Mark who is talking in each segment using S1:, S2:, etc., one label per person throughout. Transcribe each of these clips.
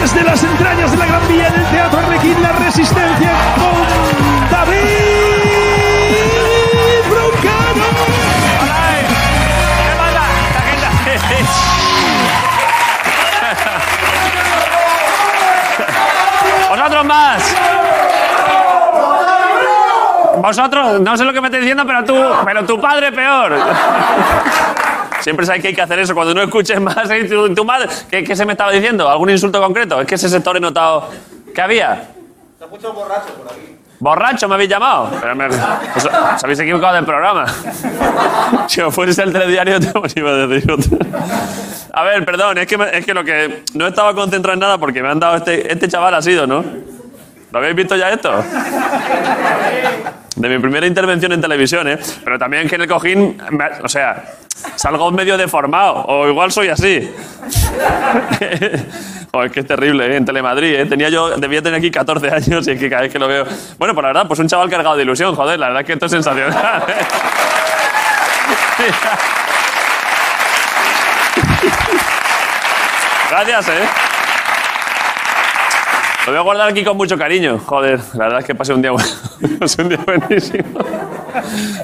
S1: desde las entrañas de la Gran Vía en el Teatro Arlequín, la resistencia con David Broncano.
S2: ¡Vosotros más! Vosotros, no sé lo que me estáis diciendo, pero tú, pero tu padre peor. Siempre sabes que hay que hacer eso. Cuando no escuches más, ¿eh? tu, tu madre. ¿Qué, qué se me estaba diciendo? ¿Algún insulto concreto? Es que ese sector he notado. ¿Qué había? Borracho me habéis llamado. Pero me- os, os habéis equivocado del programa. Si os fuese el telediario, te os iba a decir otro. A ver, perdón, es que, me- es que lo que. No estaba concentrado en nada porque me han dado este. Este chaval ha sido, ¿no? ¿Lo habéis visto ya esto? De mi primera intervención en televisión, ¿eh? Pero también que en el cojín. me ha- o sea, salgo medio deformado. O igual soy así. Joder, es que es terrible, ¿eh? en Telemadrid. ¿eh? Tenía yo, debía tener aquí 14 años y es que cada vez que lo veo. Bueno, pues la verdad, pues un chaval cargado de ilusión, joder, la verdad es que esto es sensacional. ¿eh? Gracias, eh. Lo voy a guardar aquí con mucho cariño. Joder, la verdad es que pasé un día, bueno, pasé un día buenísimo.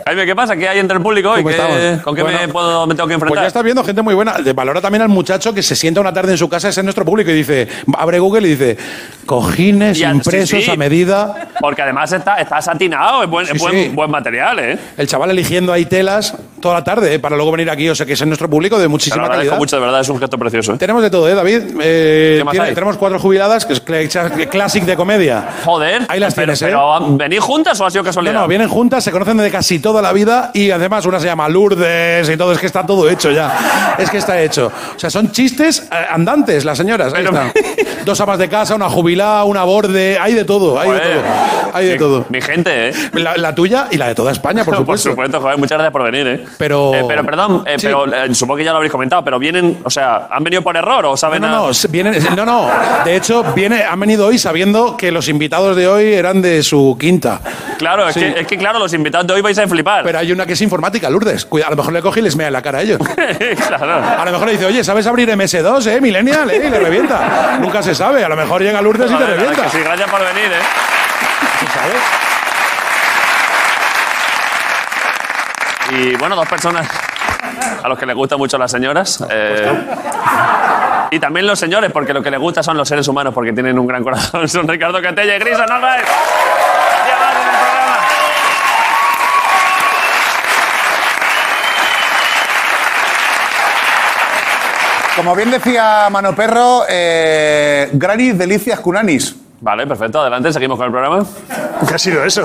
S2: Jaime, ¿qué pasa? ¿Qué hay entre el público hoy?
S3: ¿Cómo
S2: ¿Qué-
S3: estamos?
S2: ¿Con qué me,
S3: Bueno,
S2: puedo, me tengo que enfrentar?
S3: Pues ya estás viendo gente muy buena. De- Valora también al muchacho que se sienta una tarde en su casa, ese es nuestro público, y dice, abre Google y dice, cojines
S2: Ya, sí,
S3: impresos
S2: sí.
S3: a medida,
S2: Porque además está, está satinado, es buen, es
S3: Sí,
S2: buen,
S3: sí.
S2: buen material, ¿eh?
S3: el chaval eligiendo ahí telas toda la tarde, ¿eh? para luego venir aquí. O sea que ese es nuestro público de
S2: Te lo
S3: muchísima
S2: agradezco
S3: calidad.
S2: mucho, de verdad, es un gesto precioso. ¿eh?
S3: Tenemos de todo, ¿eh, David? Eh,
S2: ¿Qué más
S3: tiene-
S2: hay?
S3: tenemos cuatro jubiladas, que es cl- cl- classic de comedia.
S2: Joder,
S3: Ahí las
S2: pero,
S3: tienes, ¿eh?
S2: pero, ¿venís juntas o ha sido
S3: No,
S2: casualidad?
S3: no, vienen juntas, se conocen de casi toda la vida y además una se llama Lourdes y todo, es que está todo hecho ya. Es que está hecho. O sea, son chistes eh, andantes las señoras. Ahí
S2: Pero-
S3: están. Dos amas de casa, una jubilada, una borde, hay de todo, hay de
S2: Joder.
S3: todo. Hay de
S2: Mi-
S3: todo.
S2: Mi gente, ¿eh?
S3: La, la tuya y la de toda España, por
S2: Por
S3: supuesto.
S2: supuesto, joder, muchas gracias por venir, ¿eh?
S3: Pero-
S2: Eh, pero perdón, eh,
S3: Sí.
S2: pero eh, supongo que ya lo habréis comentado, pero vienen, o sea, ¿han venido por error o
S3: No,
S2: saben
S3: no,
S2: a-
S3: no, se- vienen, no, no. De hecho, viene, han venido hoy sabiendo que los invitados de hoy eran de su quinta.
S2: Claro, es,
S3: Sí.
S2: que, es que claro, los invitados de hoy vais a flipar.
S3: Pero hay una que es informática, Lourdes. Cuida- a lo mejor le coge y les mea en la cara a ellos.
S2: claro.
S3: A lo mejor le dice, oye, ¿sabes abrir MS2, eh, Millennial? eh?", Y le revienta. Nunca se sabe. A lo mejor llega Lourdes y te
S2: Joder, la verdad
S3: revienta.
S2: que sí, gracias por venir, ¿eh?
S3: ¿sabes?
S2: Y bueno, dos personas a los que les gustan mucho las señoras. eh, y también los señores, porque lo que les gusta son los seres humanos, porque tienen un gran corazón. Son Ricardo Catella y Grisa Narváez. Ya van en el programa.
S4: Como bien decía Mano Perro, eh, granis, delicias, cunanis.
S2: Vale, perfecto. Adelante, seguimos con el programa.
S5: ¿Qué ha sido eso?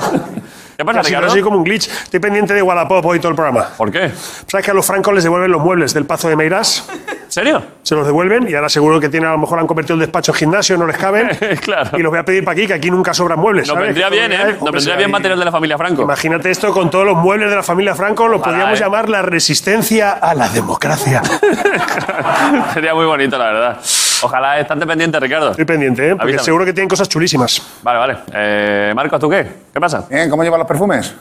S2: ¿Qué pasa,
S5: Ha sido
S2: Ricardo?
S5: así como un glitch. Estoy pendiente de Wallapop hoy todo el programa.
S2: ¿Por qué?
S5: ¿Sabes que a los francos les devuelven los muebles del Pazo de Meirás?
S2: ¿En serio?
S5: Se los devuelven y ahora seguro que tienen, a lo mejor han convertido el despacho en gimnasio, no les caben.
S2: Claro.
S5: Y los voy a pedir para aquí, que aquí nunca sobran muebles.
S2: Nos
S5: ¿sabes?
S2: vendría
S5: Que todo
S2: bien,
S5: lo que hay-
S2: ¿eh? Nos
S5: Hombre,
S2: vendría
S5: sí,
S2: bien
S5: ahí-
S2: material de la familia Franco.
S5: Imagínate esto con todos los muebles de la familia Franco, lo
S2: Ojalá,
S5: podríamos
S2: ¿eh?
S5: llamar la resistencia a la democracia.
S2: Sería muy bonito, la verdad. Ojalá estés pendiente, Ricardo.
S5: Estoy pendiente, ¿eh? Porque
S2: Avísame.
S5: seguro que tienen cosas chulísimas.
S2: Vale, vale. Eh, Marcos, ¿tú qué? ¿Qué pasa?
S4: Bien, ¿eh? ¿Cómo llevan los perfumes?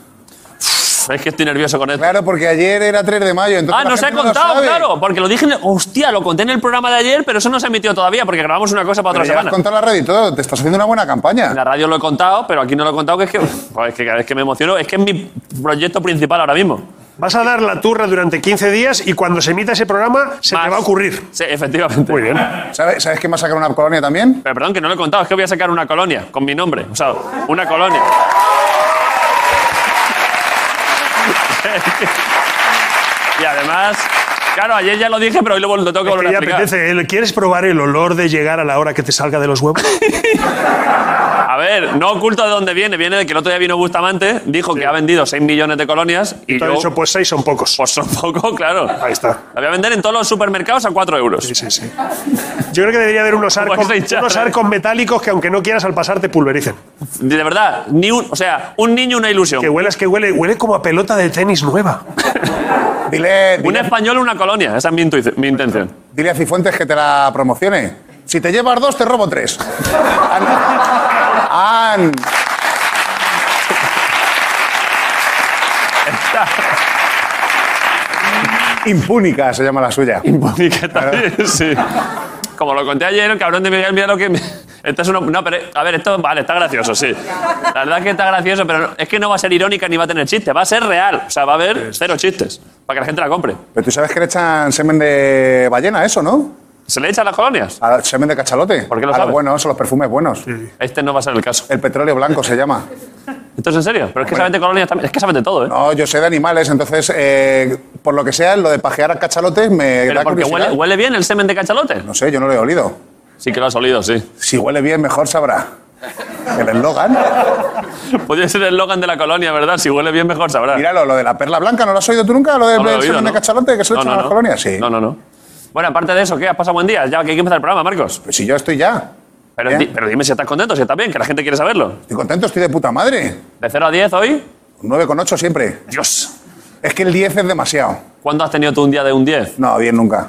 S2: Es que estoy nervioso con esto.
S4: Claro, porque ayer era 3 de mayo, entonces
S2: Ah,
S4: la
S2: no se ha
S4: gente no
S2: contado,
S4: sabe.
S2: claro, porque lo dije, en el- hostia, lo conté en el programa de ayer, pero eso no se emitió todavía porque grabamos una cosa para
S4: Pero
S2: otra
S4: ya has
S2: semana.
S4: contado la red y todo, te estás haciendo una buena campaña.
S2: En la radio lo he contado, pero aquí no lo he contado, que es que, joder, es que cada vez que me emociono, es que es mi proyecto principal ahora mismo.
S5: Vas a dar la turra durante 15 días y cuando se emita ese programa se
S2: Más.
S5: te va a ocurrir.
S2: Sí, efectivamente.
S5: Muy bien.
S4: ¿Sabes, ¿Sabes quién va a sacar una colonia también?
S2: Pero perdón, que no lo he contado, es que voy a sacar una colonia con mi nombre, o sea, una colonia. y además, claro, ayer ya lo dije, pero hoy lo, vol- lo tengo que
S5: Es
S2: volver
S5: que
S2: a
S5: ya
S2: explicar.
S5: apetece. ¿eh? ¿Quieres probar el olor de llegar a la hora que te salga de los huevos?
S2: A ver, no oculto de dónde viene. Viene de que el otro día vino Bustamante, dijo que ha vendido 6 millones de colonias y,
S5: Y te
S2: yo,
S5: han dicho, pues seis son pocos.
S2: pues son poco, claro.
S5: Ahí está.
S2: La voy a vender en todos los supermercados a 4 euros.
S5: Sí, sí, sí. Yo creo que debería haber unos
S2: Como
S5: arcos,
S2: esa hinchada.
S5: unos arcos metálicos que aunque no quieras al pasar te pulvericen.
S2: De verdad, ni un, o sea, un niño una ilusión.
S5: Que huelas que huele, huele como a pelota de tenis nueva.
S4: Dile,
S2: Un
S4: dile,
S2: español una colonia, esa es mi, intuic- mi intención.
S4: dile a Cifuentes que te la promocione. Si te llevas dos, te robo tres. Han, han- Impúnica se llama la suya.
S2: Imponiqueta, sí. como lo conté ayer, el cabrón de Miguel, mira lo que... me- Esto es una... No, pero... A ver, esto... Vale, está gracioso, sí. La verdad es que está gracioso, pero no- es que no va a ser irónica ni va a tener chiste. Va a ser real. O sea, va a haber cero chistes para que la gente la compre.
S4: Pero tú sabes que le echan semen de ballena, eso, ¿no?
S2: ¿Se le echan las colonias?
S4: A semen de cachalote.
S2: ¿Por qué lo
S4: a
S2: sabes?
S4: buenos, a los perfumes buenos.
S2: Este no va a ser el caso.
S4: El petróleo blanco se llama.
S2: ¿Esto es en serio? Pero es que saben de colonias también. Es que saben de todo, ¿eh?
S4: No, yo sé de animales, entonces, eh, por lo que sea, lo de pajear a cachalotes me
S2: pero
S4: da
S2: porque
S4: curiosidad.
S2: huele, huele bien el semen de cachalote.
S4: No sé, yo no lo he olido.
S2: Sí que lo has olido, sí.
S4: Si huele bien, mejor sabrá. El eslogan.
S2: Podría ser el eslogan de la colonia, ¿verdad? Si huele bien, mejor sabrá.
S4: Míralo, lo de la perla blanca, ¿no lo has oído tú nunca? Lo de
S2: No lo he
S4: el
S2: oído,
S4: semen de
S2: ¿no?
S4: cachalote que se le
S2: No,
S4: echan
S2: no,
S4: a las
S2: no.
S4: colonias. Sí.
S2: No, no, no. Bueno, aparte de eso, ¿qué? ¿Has pasado buen día? Ya que hay que empezar el programa, Marcos.
S4: Pues si yo estoy ya.
S2: Pero,
S4: Bien.
S2: di- pero dime si estás contento, si estás bien, que la gente quiere saberlo.
S4: Estoy contento, estoy de puta madre.
S2: ¿De 0 a 10 hoy?
S4: 9,8 siempre.
S2: Dios.
S4: Es que el 10 es demasiado.
S2: ¿Cuándo has tenido tú un día de un 10?
S4: No, bien nunca.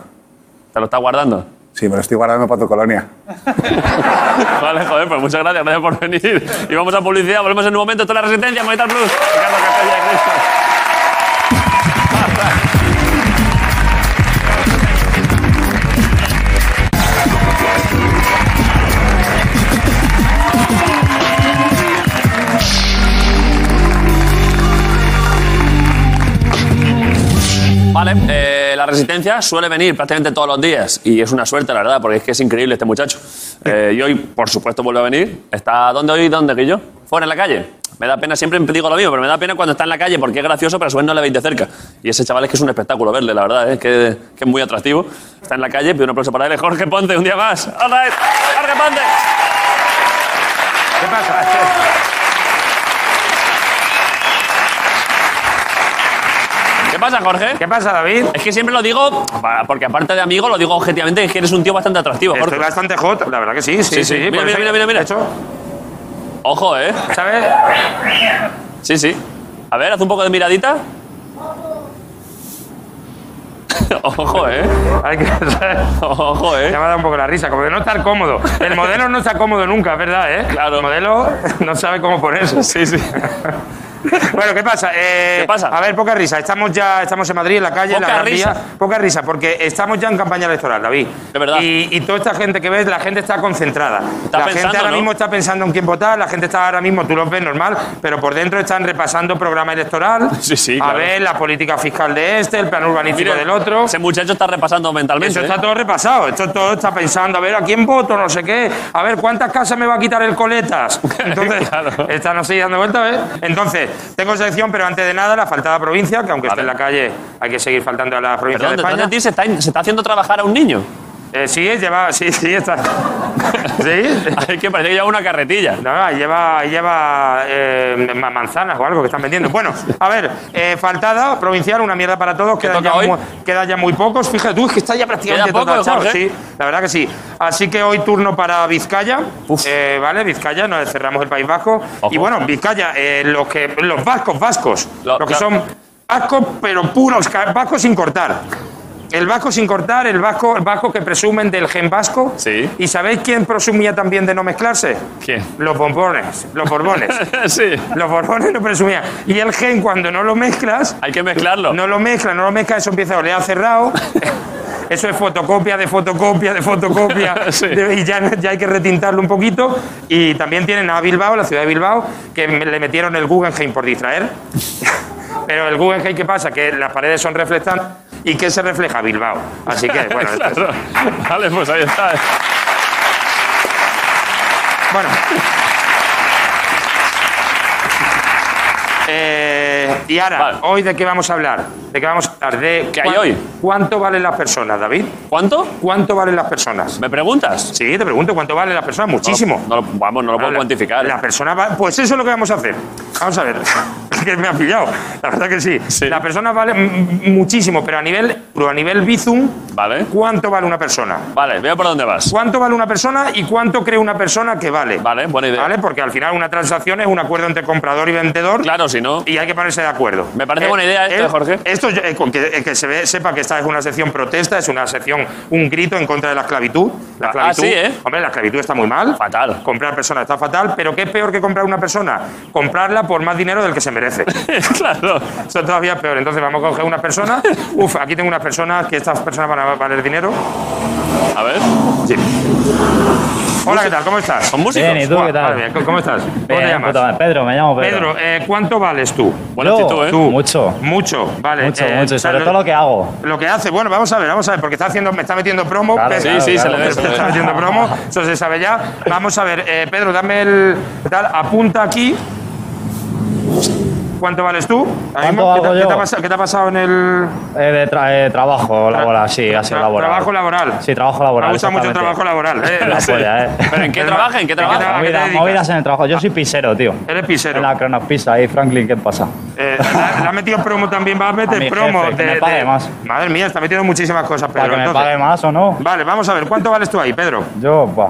S2: ¿Te lo estás guardando?
S4: Sí, me lo estoy guardando para tu colonia.
S2: Vale, joder, pues muchas gracias, gracias por venir. Y vamos a publicidad, volvemos en un momento. Esto es La Resistencia, Movistar Plus. Ricardo Castella y Cristo. Vale, eh, la resistencia suele venir prácticamente todos los días y es una suerte, la verdad, porque es que es increíble este muchacho. Eh, y hoy, por supuesto, vuelve a venir. ¿Está dónde hoy? ¿Dónde que yo? Fuera en la calle. Me da pena, siempre digo lo mismo, pero me da pena cuando está en la calle porque es gracioso, pero a su vez no le veis de cerca. Y ese chaval es que es un espectáculo verle, la verdad, es que, que es muy atractivo. Está en la calle, pido un aplauso para él. Jorge Ponte, un día más. All right. Jorge Ponte.
S6: ¿Qué pasa?
S2: ¿Qué pasa, Jorge?
S6: ¿Qué pasa, David?
S2: Es que siempre lo digo, para- porque aparte de amigo, lo digo objetivamente, es que eres un tío bastante atractivo,
S6: Estoy
S2: Jorge.
S6: bastante hot, la verdad que sí, sí,
S2: Sí,
S6: sí.
S2: sí.
S6: sí,
S2: Mira,
S6: por eso
S2: mira,
S6: que-
S2: mira, mira.
S6: de hecho,
S2: Ojo, ¿eh?
S6: ¿sabes?
S2: Sí, sí. A ver, haz un poco de miradita. Ojo, eh.
S6: Hay que, ¿sabes?
S2: Ojo, eh.
S6: Ya me ha dado un poco la risa, como de no estar cómodo. El modelo no está cómodo nunca, es verdad, ¿eh?
S2: Claro.
S6: El modelo no sabe cómo ponerse.
S2: Sí, sí.
S6: Bueno, ¿qué pasa? Eh,
S2: ¿Qué pasa?
S6: A ver, poca risa. Estamos ya estamos en Madrid, en la calle, en la
S2: Poca
S6: Gran Vía.
S2: risa.
S6: Poca risa, porque estamos ya en campaña electoral, David.
S2: De verdad.
S6: Y, y toda esta gente que ves, la gente está concentrada.
S2: Está
S6: la gente
S2: pensando,
S6: ahora
S2: ¿no?
S6: mismo está pensando en quién votar, la gente está ahora mismo, tú lo ves normal, pero por dentro están repasando programa electoral.
S2: Sí, sí,
S6: A
S2: claro.
S6: ver, la política fiscal de este, el plan urbanístico
S2: Mira,
S6: del otro.
S2: Ese muchacho está repasando mentalmente.
S6: Eso
S2: ¿eh?
S6: está todo repasado. Esto todo está pensando, a ver, ¿a quién voto? No sé qué. A ver, ¿cuántas casas me va a quitar el coletas? Entonces,
S2: Claro.
S6: esta no sigue dando vueltas, ¿eh? Entonces, tengo selección, pero antes de nada, la faltada provincia, que aunque esté en la calle, hay que seguir faltando a la provincia
S2: Perdón,
S6: de
S2: detrás de
S6: España.
S2: ti se está, se está haciendo trabajar a un niño.
S6: Eh, sí, lleva, sí, sí, está. ¿Sí?
S2: Es que parece que lleva una carretilla.
S6: No, no, lleva, lleva eh, ma- manzanas o algo que están vendiendo. Bueno, a ver, eh, faltada, provincial, una mierda para todos. Quedan
S2: toca
S6: ya,
S2: hoy?
S6: mu- quedan ya muy pocos. Fíjate tú, es que está ya prácticamente
S2: Queda poco,
S6: todo tachado,
S2: Jorge.
S6: Sí, la verdad que sí. Así que hoy turno para Vizcaya. Eh, vale, Vizcaya, nos cerramos el País Vasco.
S2: Ojo.
S6: Y bueno, Vizcaya, eh, los, que, los vascos, vascos.
S2: Lo-
S6: los que
S2: lo-
S6: son vascos, pero puros, ca- vascos sin cortar. El vasco sin cortar, el vasco, el vasco que presumen del gen vasco.
S2: Sí.
S6: ¿Y sabéis quién presumía también de no mezclarse?
S2: ¿Quién?
S6: Los bombones, los borbones.
S2: sí.
S6: los borbones no presumían. Y el gen, cuando no lo mezclas,
S2: Hay que mezclarlo.
S6: no lo mezclas, no lo mezclas, eso empieza a oler a cerrado. Eso es fotocopia de fotocopia de fotocopia.
S2: Sí.
S6: de- y ya, ya hay que retintarlo un poquito. Y también tienen a Bilbao, la ciudad de Bilbao, que me- le metieron el Guggenheim por distraer. Pero el Guggenheim, ¿qué pasa? Que las paredes son reflectantes. ¿Y qué se refleja? Bilbao. Así que, bueno, esto es-
S2: Claro. Vale, pues ahí está.
S6: Bueno. Eh, y ahora,
S2: Vale.
S6: ¿hoy de qué vamos a hablar? ¿De qué vamos a hablar? De
S2: ¿Qué hay
S6: cuán-
S2: hoy?
S6: ¿Cuánto valen las personas, David?
S2: ¿Cuánto?
S6: ¿Cuánto valen las personas?
S2: ¿Me preguntas?
S6: Sí, te pregunto, ¿cuánto valen las personas? Muchísimo.
S2: No lo- vamos, no lo puedo
S6: Ahora,
S2: cuantificar.
S6: La persona va- pues eso es lo que vamos a hacer. Vamos a ver. Es que me ha pillado. La verdad que sí.
S2: Sí.
S6: La persona vale mm, muchísimo, pero a nivel, pero a nivel Bizum,
S2: Vale.
S6: ¿cuánto vale una persona?
S2: Vale, veo por dónde vas.
S6: ¿Cuánto vale una persona y cuánto cree una persona que vale?
S2: Vale, buena idea.
S6: ¿Vale? Porque al final una transacción es un acuerdo entre comprador y vendedor.
S2: Claro, si no.
S6: Y hay que ponerse de acuerdo.
S2: Me parece buena idea esto, Jorge.
S6: Esto, yo- eh, con que, eh, que se ve- sepa que esta es una sección protesta, es una sección, un grito en contra de la esclavitud. La
S2: Ah,
S6: esclavitud
S2: sí, ¿eh?
S6: Hombre, la esclavitud está muy mal.
S2: Fatal.
S6: Comprar personas está fatal, pero ¿qué es peor que comprar una persona? Comprarla por más dinero del que se merece.
S2: claro.
S6: Eso todavía es peor. Entonces vamos a coger unas personas. Uf, aquí tengo unas personas que estas personas van a a valer dinero.
S2: A ver.
S6: Sí. Hola, ¿qué tal? ¿Cómo estás?
S2: ¿Son músicos?
S7: Bien, ¿y tú
S6: Buah,
S7: qué
S6: madre
S7: tal?
S6: mía, ¿Cómo estás? ¿Cómo
S7: Bien,
S6: te llamas?
S7: puta madre. Pedro, me llamo Pedro.
S6: Pedro, eh, ¿cuánto vales tú?
S2: Buena
S7: Yo,
S2: actitud, ¿eh?
S6: tú.
S7: Mucho.
S6: Mucho, vale.
S7: Mucho,
S6: eh,
S7: mucho. Y
S6: o sea,
S7: sobre todo lo que hago.
S6: Lo que hace, bueno, vamos a ver, vamos a ver, porque está haciendo, me está metiendo promo.
S7: Claro,
S6: Pedro.
S7: claro, Sí, sí,
S2: claro. se le ve, se le
S6: Me
S2: ve.
S6: está metiendo promo, eso se sabe ya. Vamos a ver, eh, Pedro, dame el. Tal, apunta aquí. ¿Cuánto vales tú? Ahí
S7: ¿Cuánto
S6: mismo, ¿Qué, te-
S7: valgo
S6: qué te
S7: yo?
S6: ha pasa- qué te ha pasado en el.
S7: Eh, de tra- eh, trabajo laboral, sí, así
S6: tra-
S7: laboral.
S6: trabajo laboral?
S7: Sí, trabajo laboral.
S6: Me gusta mucho el trabajo
S7: exactamente.
S6: laboral. eh,
S7: La
S6: sí.
S7: polla, eh.
S2: ¿Pero en qué
S6: Pero,
S2: trabaja? ¿En qué
S6: ¿en qué
S2: trabaja?
S6: trabaja?
S7: Ah, Movida-
S6: dedicas?
S7: movidas en el trabajo. Yo soy pisero, tío.
S6: Eres pisero.
S7: En la Cronospisa, ahí, Franklin, ¿qué pasa?
S6: Eh, le le ha metido promo también, va a meter
S7: A mi
S6: promo.
S7: jefe, que me pague más.
S6: Madre mía, está metiendo muchísimas cosas, Pedro.
S7: Para que me
S6: entonces.
S7: pague más o no.
S6: Vale, vamos a ver, ¿cuánto vales tú ahí, Pedro?
S7: Yo, pa.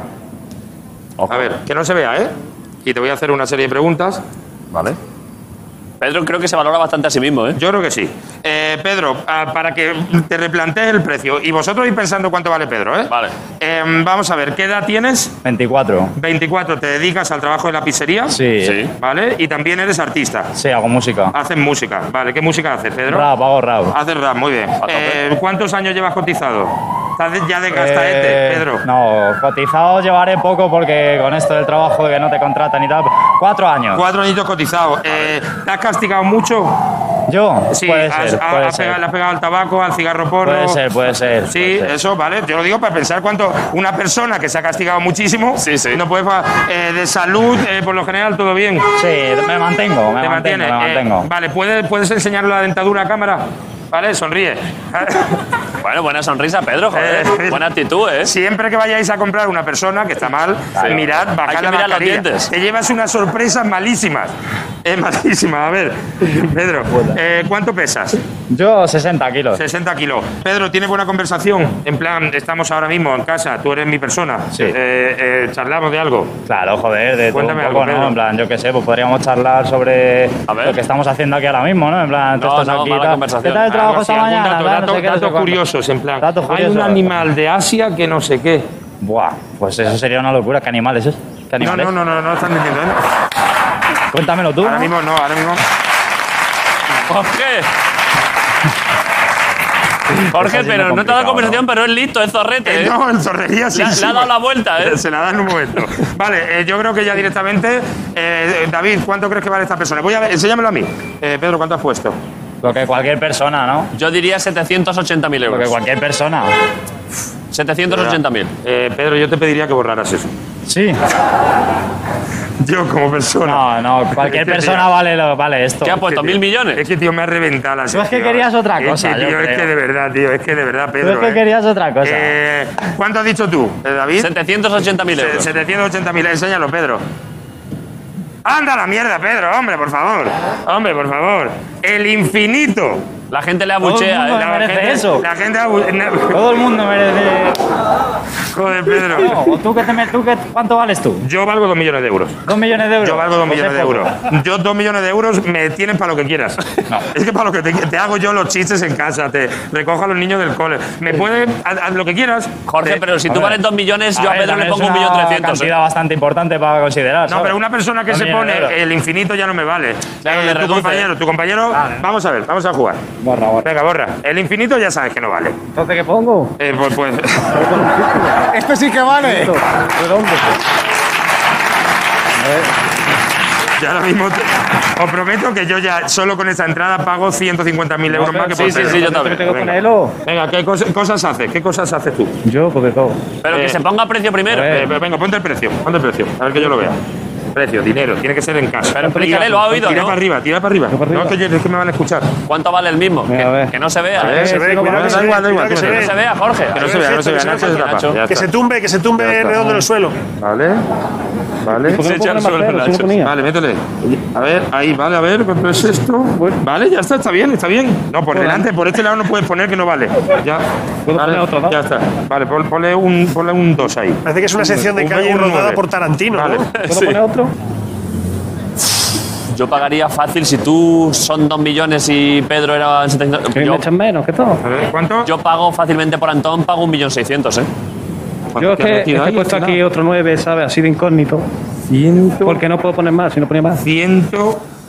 S6: A ver, que no se vea, ¿eh? Y te voy a hacer una serie de preguntas. Vale.
S2: Pedro creo que se valora bastante a sí mismo, ¿eh?
S6: Yo creo que sí. Eh, Pedro, ah, para que te replantees el precio, y vosotros ir pensando cuánto vale Pedro, ¿eh?
S2: Vale.
S6: Em, vamos a ver, ¿qué edad tienes?
S7: 24.
S6: 24, te dedicas al trabajo de la pizzería.
S7: Sí.
S2: Sí.
S7: Sí,
S6: ¿Vale? Y también eres artista.
S7: hago música.
S6: Haces música. Vale, ¿qué música haces, Pedro?
S7: Rap, hago rap.
S6: Haces rap, muy bien.
S2: tope.
S6: Eh, ¿Cuántos años llevas cotizado? Estás de- ya de gastaete,
S7: Eh,
S6: este, Pedro.
S7: No, cotizado llevaré poco porque con esto del trabajo de que no te contratan y tal. Cuatro años.
S6: Cuatro añitos cotizados. Eh, ¿Te has castigado mucho?
S7: Yo,
S6: Sí,
S7: puede
S6: has-
S7: ser,
S6: ha-
S7: puede
S6: ha pegado-
S7: ser.
S6: le has pegado al tabaco, al cigarro porro.
S7: Puede ser, puede ser.
S6: Sí,
S7: puede ser.
S6: eso, vale. Yo lo digo para pensar cuánto una persona que se ha castigado muchísimo,
S2: Sí, sí.
S6: no puede pa- eh, de salud, eh, por lo general todo bien.
S7: Sí, me mantengo, me
S6: Te
S7: mantengo,
S6: mantiene.
S7: me
S6: eh,
S7: mantengo.
S6: vale, ¿puedes, puedes enseñar la dentadura a cámara. Vale, sonríe.
S2: Bueno, buena sonrisa, Pedro, joder.
S6: Eh.
S2: Buena actitud, ¿eh?
S6: Siempre que vayáis a comprar una persona que está mal, mirad, bajad
S2: Hay que
S6: la
S2: mirar los
S6: mascarilla.
S2: dientes.
S6: Te llevas unas sorpresas malísimas. Es malísima. A ver, Pedro, eh, ¿cuánto pesas?
S7: Yo 60 kilos.
S6: 60 kilos. Pedro, ¿tiene buena conversación? En plan, estamos ahora mismo en casa, tú eres mi persona.
S7: Sí.
S6: Eh, eh, charlamos de algo.
S7: Claro, joder, de todo un
S6: Cuéntame
S7: poco,
S6: algo, Pedro.
S7: ¿no? En plan, yo qué sé, pues podríamos charlar sobre
S2: A ver.
S7: lo que estamos haciendo aquí ahora mismo, ¿no? En plan, tú
S2: No,
S7: estás
S2: no,
S7: aquí.
S2: mala
S7: tal.
S2: conversación.
S7: ¿Qué tal el
S2: Ah,
S7: trabajo
S6: Algo así,
S7: esta
S6: algún
S7: mañana? tal,
S6: dato-
S7: no
S6: datos
S7: sé qué, no sé
S6: datos
S7: cuánto.
S6: curiosos, en plan.
S7: Datos
S6: hay un
S7: curiosos.
S6: animal de Asia que no sé qué.
S7: Buah, pues eso sería una locura. ¿Qué animal es ese? ¿Qué
S6: No,
S7: animal
S6: no,
S7: es?
S6: no, no, no están diciendo. ¿eh?
S7: Cuéntamelo tú.
S6: Ahora
S7: ¿no?
S6: mismo no, ahora mismo.
S2: Jorge. Jorge,
S7: siendo
S2: pero no te ha
S7: complicado,
S2: dado conversación, pero es listo, es zorrete,
S6: Eh,
S2: ¿eh?
S6: no, el zorrería sí.
S2: Le-
S6: sí.
S2: le ha dado la vuelta, ¿eh?
S6: Se la da en un momento. Vale, eh, yo creo que ya directamente. eh, David, ¿cuánto crees que vale esta persona? Voy a ver, enséñamelo a mí. Eh, Pedro, ¿cuánto has puesto?
S7: Lo que cualquier persona, ¿no?
S2: Yo diría 780.000
S7: Lo que
S2: euros.
S7: cualquier persona.
S2: 780.000.
S6: Eh, Pedro, yo te pediría que borraras eso.
S7: Sí.
S6: Yo como persona.
S7: No, no, cualquier
S6: Este
S7: persona
S6: tío.
S7: vale, lo- vale esto.
S2: ¿Qué ha
S6: tío,
S2: puesto? Pues ¿Mil
S6: Es
S2: millones?
S6: que, tío, me ha reventado la
S7: Tú es que
S6: sección.
S7: querías otra cosa,
S6: Es que,
S7: yo
S6: tío, es
S7: creo.
S6: que de verdad, tío. Es que de verdad,
S7: Tú
S6: Pedro.
S7: es que
S6: eh.
S7: querías otra cosa.
S6: Eh, ¿Cuánto has dicho tú, eh, David?
S2: 780.000
S6: Se-
S2: euros.
S6: 780.000. Enséñalo, Pedro. Anda a la mierda, Pedro. Hombre, por favor. Hombre, por favor. El infinito.
S2: La gente le
S7: Todo el
S2: abuchea,
S7: mundo
S2: ¿eh?
S7: me merece
S6: gente,
S7: eso.
S6: La gente. abu- na-
S7: Todo el mundo merece.
S6: Joder, Pedro.
S7: No, o tú que te me- tú que- ¿Cuánto vales tú?
S6: Yo valgo dos millones de euros.
S7: ¿Dos millones de euros?
S6: Yo valgo dos
S7: Pues
S6: millones de
S7: es poco.
S6: euros. Yo dos millones de euros me tienes para lo que quieras. Es que para lo que te, te hago yo los chistes en casa, te recojo a los niños del cole. Me puedes, haz, haz lo que quieras. Eh,
S2: Jorge,
S6: Te-
S2: pero si
S7: a
S2: tú
S7: ver.
S2: vales 2 millones, yo a
S7: ver,
S2: Pedro le
S7: también
S2: pongo
S7: es
S2: 1.300.000.
S7: Una cantidad bastante importante para considerar.
S6: No,
S7: ¿sabes?
S6: pero una persona que
S7: Dos
S6: se
S7: millones de
S6: pone
S7: euros.
S6: el infinito ya no me vale. Eh,
S2: Claro, le
S6: tu
S2: reduce. Ah.
S6: compañero, tu compañero. Vamos a ver, vamos a jugar.
S7: Borra, borra.
S6: Venga, borra. El infinito ya sabes que no vale.
S7: ¿Entonces qué pongo?
S6: Eh, pues, pues-
S4: Este sí que vale.
S7: Redondo.
S6: ya ahora mismo te- os prometo que yo ya solo con esta entrada pago 150.000 euros más que por
S2: Sí, sí,
S6: Pedro.
S2: sí, yo también.
S7: ¿Tengo que ponerlo?
S6: Venga, ¿qué cos- cosas haces? ¿Qué cosas haces tú?
S7: Yo, porque todo.
S2: Pero que
S6: Eh.
S2: se ponga precio primero.
S7: A ver.
S6: Eh, venga, ponte el precio, ponte el precio, a ver que yo lo vea. Precio, dinero, tiene que ser en casa.
S2: Pero explícale, lo ha oído,
S6: Tira
S2: ¿no?
S6: para arriba, tira para arriba.
S7: para
S6: No,
S7: arriba.
S6: que, oye, es que me van a escuchar.
S2: ¿Cuánto vale el mismo?
S7: Venga, a
S2: Que,
S7: ver.
S2: que no se vea.
S6: A
S2: ¿eh?
S6: ver,
S5: se ve,
S6: no,
S5: cuidado que
S6: da
S5: se
S6: igual,
S5: ve,
S6: da igual.
S5: cuidado que se
S2: Que no se vea, Jorge.
S6: Que no se vea, no se vea, Nacho se tapa. ya
S5: Que se
S6: está.
S5: tumbe, que se tumbe
S6: está.
S5: redondo en el suelo.
S6: Vale, vale.
S2: Se echa al suelo, Nacho.
S6: Vale, métele. A ver, ahí, vale, a ver, ¿qué es esto? Vale, ya está, está bien, está bien. No, por delante, por este lado no puedes poner que no vale. Ya.
S7: ¿Puedo
S6: Vale,
S7: poner otro, no?
S6: Ya está. Vale, pon- ponle un, ponle un 2 ahí.
S5: Parece que es una sección de
S6: un-
S5: calle
S6: un
S5: rodada
S6: nueve.
S5: por Tarantino.
S6: Vale.
S5: ¿no?
S6: Sí.
S7: otro?
S2: Yo pagaría fácil si tú son 2 millones y Pedro era 700.
S7: Que me
S2: Yo,
S7: echen menos, que todo.
S6: A ver, ¿cuánto?
S2: yo pago fácilmente por Antón, pago 1.600.000, ¿eh?
S6: ¿Cuánto
S8: Yo es
S6: te has
S8: que
S6: metido
S8: he
S6: ahí,
S8: puesto
S6: al
S8: aquí
S6: final?
S8: otro 9, ¿sabes? Así de incógnito.
S6: Ciento-
S8: Porque no puedo poner más, si no ponía más.
S6: 100,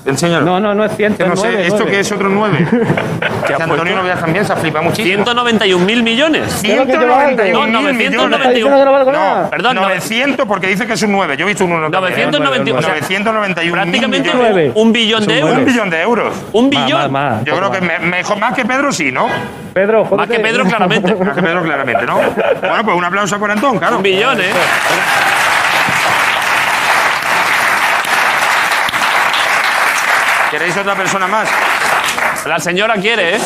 S6: Enséñalo.
S8: No, no, no es cierto.
S6: Que no
S8: es
S6: sé,
S8: nueve,
S6: ¿esto
S8: nueve.
S6: que es otro 9?
S2: ¿Qué ha
S6: Antonio
S2: puesto?
S6: Novedad también se ha flipado muchísimo.
S2: 191.000 millones.
S8: Es lo que llevaba antes.
S6: 191
S2: No,
S6: mil millones.
S2: 991.
S8: Diciendo que no vale con
S6: No,
S8: nada.
S2: perdón,
S6: perdón,
S2: no-
S6: 900 porque dice que es un 9. Yo he visto un 1.
S2: 991, o sea,
S6: 991
S2: Prácticamente
S6: mil millones.
S8: nueve.
S2: un billón de
S6: Un
S2: euros.
S6: billón de euros.
S2: Un
S8: Más, más,
S2: billón.
S8: más.
S6: Yo creo que me- mejor, más que Pedro sí, ¿no? Más
S8: Pedro,
S2: Más
S8: jódete.
S2: que Pedro, claramente.
S6: que Pedro claramente, ¿no? Bueno, pues un aplauso por Antón, claro.
S2: Un billón, ¿eh?
S6: ¿Queréis otra persona más?
S2: La señora quiere, ¿eh?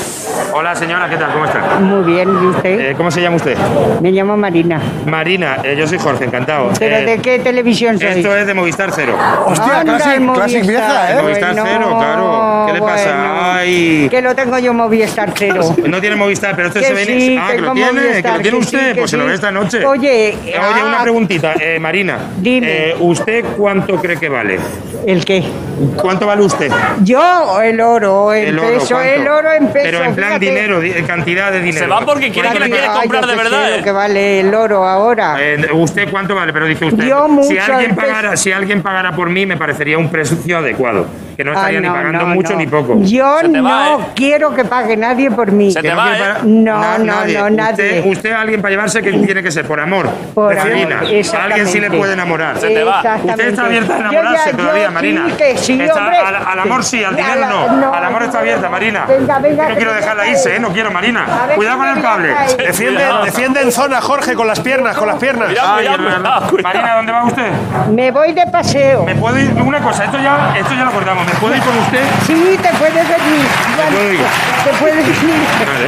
S6: Hola señora, ¿qué tal? ¿Cómo está?
S9: Muy bien, ¿y usted?
S6: Eh, ¿Cómo se llama usted?
S9: Me llamo Marina.
S6: Marina, eh, yo soy Jorge, encantado.
S9: ¿Pero
S6: Eh,
S9: de qué televisión soy?
S6: esto es de Movistar Cero.
S4: Hostia,
S9: Anda,
S4: classic,
S9: el Movistar.
S4: classic vieja, ¿eh?
S9: Bueno,
S6: Movistar Cero, claro. ¿Qué le pasa?
S9: bueno.
S6: Ay.
S9: Que lo tengo yo Movistar Cero.
S6: Pues No tiene Movistar, pero usted
S9: Que
S6: se ve...
S9: sí,
S6: ah, que lo
S9: tengo
S6: tiene, que
S9: Movistar,
S6: lo tiene
S9: que
S6: usted.
S9: sí, que
S6: pues se lo
S9: sí.
S6: ve esta noche.
S9: Oye,
S6: Eh,
S9: ah,
S6: Oye, una preguntita, eh, Marina.
S9: Dime.
S6: Eh, ¿Usted cuánto cree que vale?
S9: ¿El qué?
S6: ¿Cuánto vale usted?
S9: Yo o el oro, el,
S6: oro,
S9: peso,
S6: ¿cuánto?
S9: el oro en peso.
S6: Pero en plan
S9: fíjate.
S6: dinero, di- eh, cantidad de dinero.
S2: Se va porque quiere que la
S9: Ay,
S2: quiere
S9: ay,
S2: comprar
S9: yo
S2: de
S9: qué sé
S2: verdad,
S9: lo que
S2: ¿eh?
S9: vale el oro ahora.
S6: Eh, ¿Usted cuánto vale? Pero dice usted.
S9: Yo
S6: si,
S9: mucho,
S6: alguien
S9: el peso-
S6: pagara, si alguien pagara por mí, me parecería un precio adecuado. Que no
S9: Ay,
S6: estaría
S9: Ah, no,
S6: ni pagando
S9: no,
S6: mucho
S9: no.
S6: ni poco.
S9: Yo
S2: Se te
S9: no
S2: va, ¿eh?
S9: quiero que pague nadie por mí.
S2: Se
S6: Que
S2: te
S6: no
S2: va,
S6: quiere
S2: ¿eh?
S6: pagar-
S9: No,
S6: Na-
S9: no, no, nadie.
S6: Usted, usted, alguien para llevarse, que tiene que ser? Por amor.
S9: Por
S6: de
S9: amor,
S6: Marina. A alguien sí le
S9: exactamente.
S6: puede enamorar.
S2: Se te va.
S6: Usted está abierta a
S9: Yo
S6: enamorarse
S9: ya-
S6: todavía,
S9: yo
S6: Marina.
S9: Sí, que sí,
S6: Está-
S9: hombre.
S6: al, al amor sí, al dinero
S9: A la-
S6: no. Al amor está abierta, Marina.
S9: Venga, venga.
S6: no
S9: que
S6: quiero
S9: te
S6: dejarla
S9: deja
S6: irse,
S9: ir.
S6: ¿eh? No quiero,
S9: A
S6: Marina.
S9: ver
S6: Cuidado
S9: si
S6: con
S9: me
S6: el
S9: deja
S6: cable.
S9: ir.
S2: Defiende-
S4: defiende en zona, Jorge, con las piernas, con las piernas.
S2: Cuidado,
S6: Ay,
S2: cuidado,
S6: hermano.
S2: cuidado, cuidado.
S6: Marina, ¿dónde va usted?
S9: Me voy de paseo.
S6: ¿Me puedo ir? Una cosa, esto ya, esto ya lo cortamos. ¿Me puedo ir con usted?
S9: Sí, te puedes venir.
S6: puedo ir.
S9: Te puedes venir.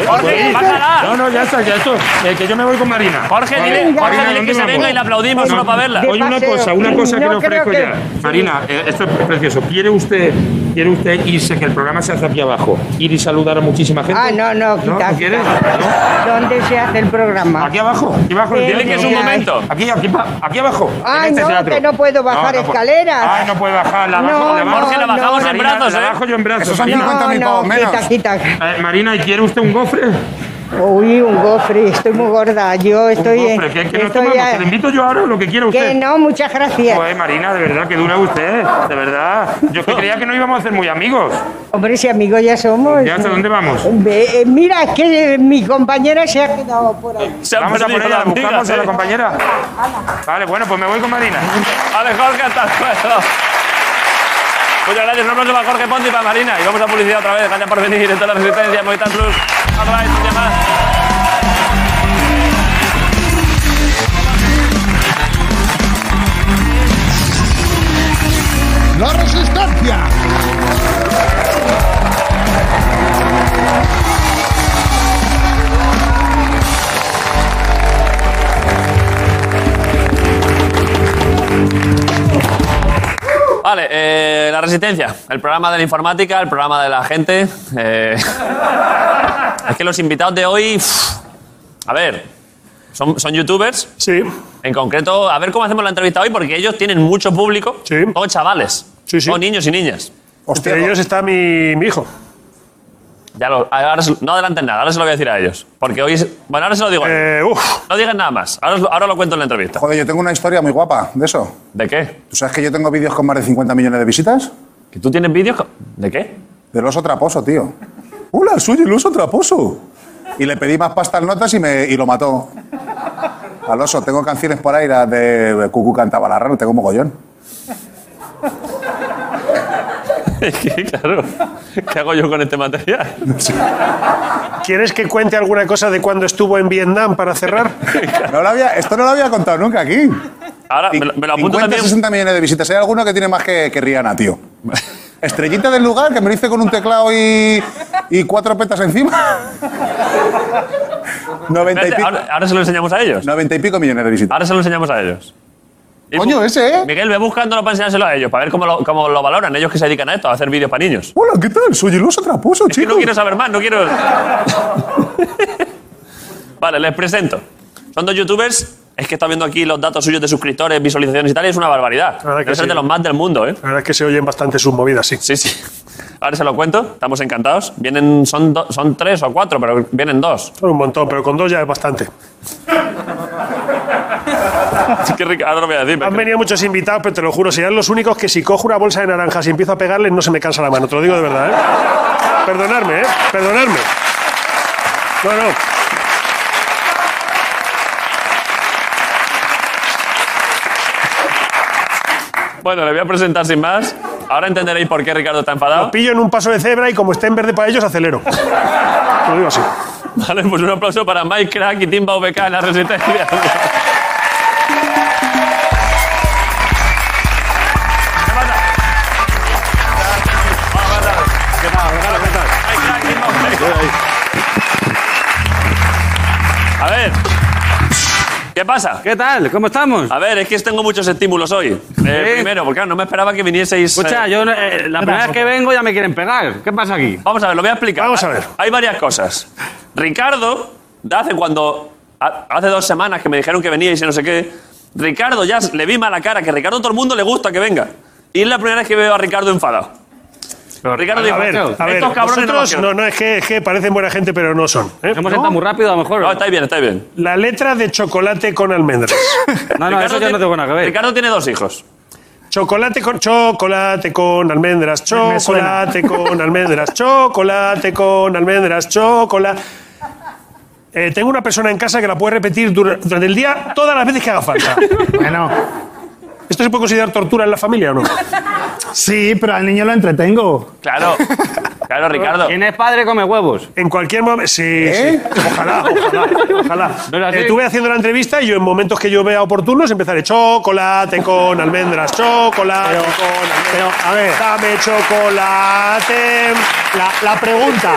S2: Jorge, bájala.
S6: No, no, ya está, ya esto. Eh, que yo me voy con Marina.
S2: Jorge,
S6: Vale.
S2: dile,
S9: Venga.
S2: Jorge, dile
S6: ¿dónde
S2: que se
S6: vamos?
S2: venga y le aplaudimos solo para verla.
S9: De
S6: Oye, una
S9: paseo.
S6: cosa, una cosa que
S9: No
S6: le ofrezco
S9: creo que-
S6: ya. Marina, eh, esto es precioso. ¿Quiere usted, ¿Quiere usted irse, que el programa se hace aquí abajo? Ir y saludar a muchísima gente.
S9: Ah, no, no,
S6: ¿No?
S9: quita.
S6: ¿No quiere?
S9: quita.
S6: ¿No?
S9: ¿Dónde se hace el programa?
S6: Aquí abajo, aquí abajo. en el
S9: Dile
S6: teatro.
S2: que es un momento.
S6: Aquí, aquí, pa- aquí abajo.
S9: Ay,
S6: en este
S9: Ah, no,
S6: teatro.
S9: que no puedo bajar
S6: pu-
S9: escaleras.
S6: Ay, no puede bajar. La bajo,
S9: No,
S6: la bajo.
S2: Jorge, la
S9: no,
S2: bajamos
S9: no.
S2: en
S6: Marina,
S2: brazos,
S6: la
S2: ¿eh?
S6: bajo yo en brazos.
S4: Esos son
S6: Marina.
S4: 50.000
S9: No,
S4: pavos
S9: no,
S4: menos.
S9: quita, quita.
S6: Eh, Marina, ¿y quiere usted un gofre?
S9: Uy, un gofre, estoy muy gorda. Yo estoy.
S6: un gofre, que, que no
S9: estoy
S6: tomamos.
S9: a-
S6: Que le invito yo ahora lo que quiera usted. Pues,
S9: que no, muchas gracias.
S6: Joder, Marina, de verdad, que dura usted, de verdad. Yo es que creía que no íbamos a ser muy amigos.
S9: Hombre, si amigos ya somos.
S6: ¿Ya hasta dónde vamos?
S9: Ve- eh, mira, es que eh, mi compañera se ha quedado por ahí.
S2: Se han
S6: Vamos a por
S2: perdido
S6: ella,
S2: las
S6: la buscamos a
S2: migas,
S6: la
S2: ¿eh?
S6: compañera. Vale, bueno, pues me voy con Marina.
S2: Vale, Jorge, hasta luego. Muchas gracias, un aplauso para Jorge Ponte y para Marina. Y vamos a publicidad otra vez. Gracias por venir. Esto es la Resistencia, Movistar Plus. All right, y demás.
S4: ¡La resistencia!
S2: Vale, eh, la resistencia, el programa de la informática, el programa de la gente. eh. es que los invitados de hoy, pf, a ver, son, son youtubers.
S5: Sí,
S2: En concreto, a ver cómo hacemos la entrevista hoy, porque ellos tienen mucho público.
S5: Sí.
S2: Todos chavales.
S5: Sí, sí.
S2: Todos niños y niñas.
S4: Hostia,
S5: entre ellos está mi, mi hijo.
S2: Ya lo- ahora se- no adelanten nada, ahora se lo voy a decir a ellos. Porque hoy. es- bueno, ahora se lo digo. a ellos.
S5: Eh, uf,
S2: No digan nada más. Ahora, os lo- ahora lo cuento en la entrevista.
S4: joder, yo tengo una historia muy guapa de eso.
S2: ¿De qué?
S4: ¿Tú sabes que yo tengo vídeos con más de 50 millones de visitas?
S2: ¿Que tú tienes vídeos? con- ¿De qué?
S4: Del oso traposo, tío. ¡Hola, soy el oso traposo! Y le pedí más pasta al notas y, me, y lo mató. Al oso, tengo canciones por ahí la de Cucú cantaba la rana, tengo mogollón.
S2: Es que, claro. ¿Qué hago yo con este material?
S5: ¿quieres que cuente alguna cosa de cuando estuvo en Vietnam para cerrar?
S4: No lo había, esto no lo había contado nunca aquí.
S2: Ahora me lo, me lo
S4: 50,
S2: apunto también.
S4: 60 millones de visitas. Hay alguno que tiene más que, que Rihanna, tío. Estrellita del lugar, que me lo hice con un teclado y, y cuatro petas encima. 90 y,
S2: Espérate,
S4: pico,
S2: ahora, ahora se lo enseñamos a ellos.
S4: 90 y pico millones de visitas.
S2: Ahora se lo enseñamos a ellos. Y
S4: Coño,
S2: bu-
S4: ese, ¿eh?
S2: Miguel, ve buscándolo para enseñárselo a ellos, para ver cómo lo, cómo lo valoran ellos que se dedican a esto, a hacer vídeos para niños.
S4: Hola, ¿qué tal? Soy el oso traposo,
S2: Es que no
S4: chicos.
S2: quiero saber más, no quiero. vale, les presento. Son dos youtubers. Es que está viendo aquí los datos suyos de suscriptores, visualizaciones y tal, y es una barbaridad.
S5: verdad que
S2: Debe ser
S5: sí.
S2: de los más del mundo, ¿eh?
S5: La verdad es que se oyen bastante sus movidas, sí.
S2: Sí, sí. Ahora se lo cuento, estamos encantados. Vienen, son, do- son tres o cuatro, pero vienen dos.
S5: Son un montón, pero con dos ya es bastante.
S2: Qué rico. Ahora lo voy a decir.
S5: Han venido muchos invitados, pero te lo juro, serán los únicos que si cojo una bolsa de naranjas y empiezo a pegarles, no se me cansa la mano. Te lo digo de verdad, ¿eh? Perdonadme, ¿eh? Perdonadme. No, no.
S2: Bueno, le voy a presentar sin más. Ahora entenderéis por qué Ricardo está
S5: Lo
S2: enfadado.
S5: pillo en un paso de cebra y como esté en verde para ellos, acelero. Te Lo digo así.
S2: Vale, pues un aplauso para Mike Crack y Timba VK en la resistencia. A ver. ¿Qué pasa?
S8: ¿Qué tal? ¿Cómo estamos?
S2: A ver, es que tengo muchos estímulos hoy. Eh, Primero, porque claro, no me esperaba que vinieseis. eh,
S8: Escucha, yo eh, la primera vez que vengo ya me quieren pegar. ¿Qué pasa aquí?
S2: Vamos a ver, lo voy a explicar.
S5: Vamos a ver.
S2: Hay varias cosas. Ricardo, de hace cuando. ha- Hace dos semanas que me dijeron que veníais y no sé qué. Ricardo, ya le vi mala cara, que a Ricardo todo el mundo le gusta que venga. Y es la primera vez que veo a Ricardo enfadado. Ricardo dijo,
S5: A ver, a ver.
S2: estos cabrones no,
S5: Vosotros,
S2: no,
S5: no, no, es que, es que parecen buena gente, pero no son. ¿eh?
S8: Hemos
S5: ¿No?
S8: estado Ah, muy rápido, a lo mejor.
S2: no, estáis bien, estáis bien.
S5: La letra de chocolate con almendras.
S8: No, no, eso yo no tengo nada que ver.
S2: Ricardo tiene dos hijos.
S5: Chocolate con chocolate con almendras, chocolate con almendras, chocolate con almendras, chocolate. Eh, tengo una persona en casa que la puede repetir dura- durante el día todas las veces que haga falta.
S10: Bueno,
S5: ¿Esto se puede considerar tortura en la familia o no?
S10: sí, pero al niño lo entretengo.
S2: Claro, claro, Ricardo.
S8: ¿Quién es padre come huevos?
S5: En cualquier momento. Sí,
S10: ¿Eh?
S5: sí. Ojalá, ojalá, ojalá.
S8: No era así.
S5: Eh, tú ve haciendo la entrevista y yo en momentos que yo vea oportunos empezaré chocolate con almendras, chocolate con almendras.
S10: Pero, a ver,
S5: Dame chocolate.
S10: la, la pregunta.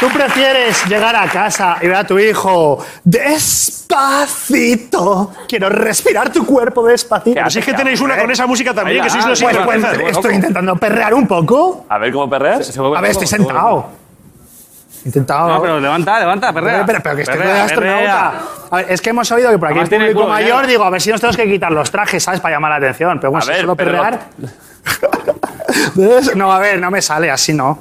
S10: ¿Tú prefieres llegar a casa y ver a tu hijo despacito? Quiero respirar tu cuerpo despacito.
S5: Pero si es que tenéis una con esa música también, que sois los
S10: Bueno,
S5: sinvergüenzas.
S10: ent- estoy intentando perrear un poco.
S2: A ver cómo perreas.
S10: A ver, estoy sentado. Intentado.
S8: No, pero levanta, levanta, perrea.
S10: Pero, pero, pero que estoy
S8: Perrea,
S10: de astronauta.
S8: perrea.
S10: A ver, es que hemos oído que por aquí
S8: Además
S10: hay
S8: tiene
S10: público
S8: culo,
S10: mayor,
S8: ¿eh?
S10: digo, a ver si nos tenemos que quitar los trajes, ¿sabes? Para llamar la atención. Pero
S2: A
S10: bueno, si
S2: ver,
S10: solo
S2: pero-
S10: perrear. ¿Ves? no, a ver, no me sale así, no.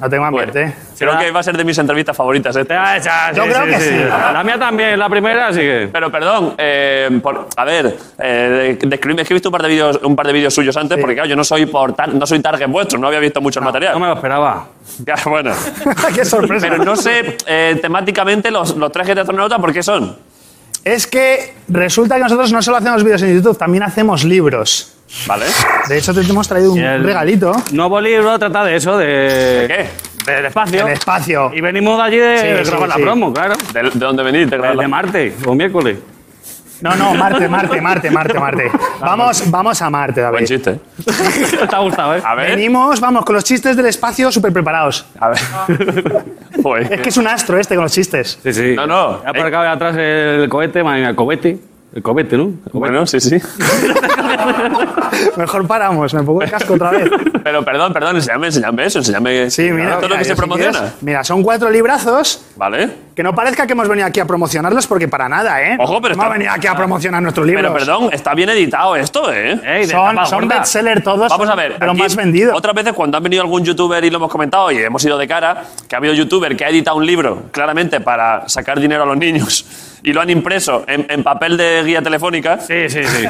S10: No tengo
S2: Bueno,
S10: ambiente.
S2: creo que va a ser de mis entrevistas favoritas. ¿eh?
S8: Ya, ya,
S10: Yo creo que sí.
S8: La mía también, la primera, así que.
S2: Pero perdón, eh, por- a ver, eh, de- describidme, es que he visto un par de vídeos, un par de vídeos suyos antes, porque claro, yo no soy por tar- no soy target vuestro, no había visto mucho el material.
S8: No me lo esperaba.
S2: Claro, bueno.
S10: Qué sorpresa.
S2: Pero no sé eh, temáticamente los, los trajes de astronauta por qué son.
S10: Es que resulta que nosotros no solo hacemos vídeos en YouTube, también hacemos libros.
S2: ¿Vale?
S10: De hecho, te hemos traído un
S8: Y el-
S10: regalito.
S8: Nuevo libro trata de eso, de.
S2: ¿Qué?
S8: Del espacio.
S10: El espacio.
S8: Y venimos de allí de
S10: Sí,
S8: de
S10: sí,
S8: grabar la
S10: sí.
S8: promo, claro.
S2: ¿De, de dónde venís? ¿De
S8: De,
S2: Granada?
S8: de Marte o miércoles.
S10: No, no, Marte, Marte, Marte, Marte, Marte. Vamos, vamos a Marte,
S2: Buen
S10: David.
S2: chiste. ¿eh?
S8: Te ha gustado, ¿eh?
S2: A ver.
S10: Venimos, vamos, con los chistes del espacio súper preparados.
S2: A ver. Joder.
S10: Es que es un astro este con los chistes.
S8: Sí, sí.
S2: No, no. eh.
S8: Ya por acá atrás el cohete, madre mía, el cohete. El cohete, ¿no? El cohete.
S2: Bueno, sí, sí.
S10: Mejor paramos, me pongo el casco otra vez.
S2: Pero perdón, perdón, enséñame, enséñame eso, enséñame.
S10: Sí, mira.
S2: Todo lo
S10: mira,
S2: que se
S10: si
S2: promociona.
S10: quieres- mira, son cuatro librazos.
S2: Vale.
S10: Que no parezca que hemos venido aquí a promocionarlos porque para nada, ¿eh?
S2: Ojo, pero
S10: Hemos
S2: está-
S10: venido aquí a promocionar nuestros libros.
S2: Pero perdón, está bien editado esto, ¿eh?
S8: Ey, de
S10: Son,
S8: tapa
S10: son
S8: gorda.
S10: bestseller todos.
S2: Vamos a ver.
S10: Pero
S2: aquí,
S10: más vendidos.
S2: Otras veces, cuando han venido algún youtuber y lo hemos comentado y hemos ido de cara, que ha habido youtuber que ha editado un libro, claramente, para sacar dinero a los niños y lo han impreso en, en papel de guía telefónica.
S8: Sí, sí, sí.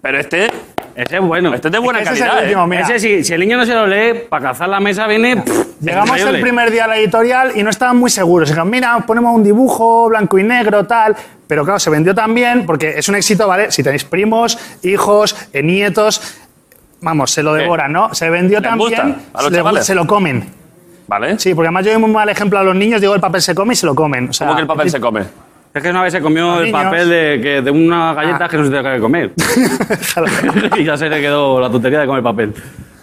S2: Pero este,
S8: Ese es bueno.
S2: este es de buena
S10: Ese es el
S2: calidad. ¿eh?
S10: último, mira.
S8: Ese sí, si el niño no se lo lee, para cazar la mesa viene. pff,
S10: Llegamos
S8: increíble.
S10: el primer día a la editorial y no estaban muy seguros. Dijeron, mira, ponemos un dibujo blanco y negro, tal. Pero claro, se vendió también porque es un éxito, ¿vale? Si tenéis primos, hijos, eh, nietos, vamos, se lo
S2: Eh,
S10: devoran, ¿no? Se vendió
S2: les
S10: también,
S2: gusta a los
S10: se le-
S2: chavales.
S10: se lo comen.
S2: ¿Vale?
S10: Sí, porque además yo doy muy mal ejemplo a los niños, digo, el papel se come y se lo comen. O sea,
S2: ¿Cómo que el papel se come?
S10: Ah,
S8: Es que una vez se comió el
S10: niños.
S8: papel de, que, de una galleta
S10: Ah.
S8: que no se tenía que comer. y ya se le quedó la tontería de comer papel.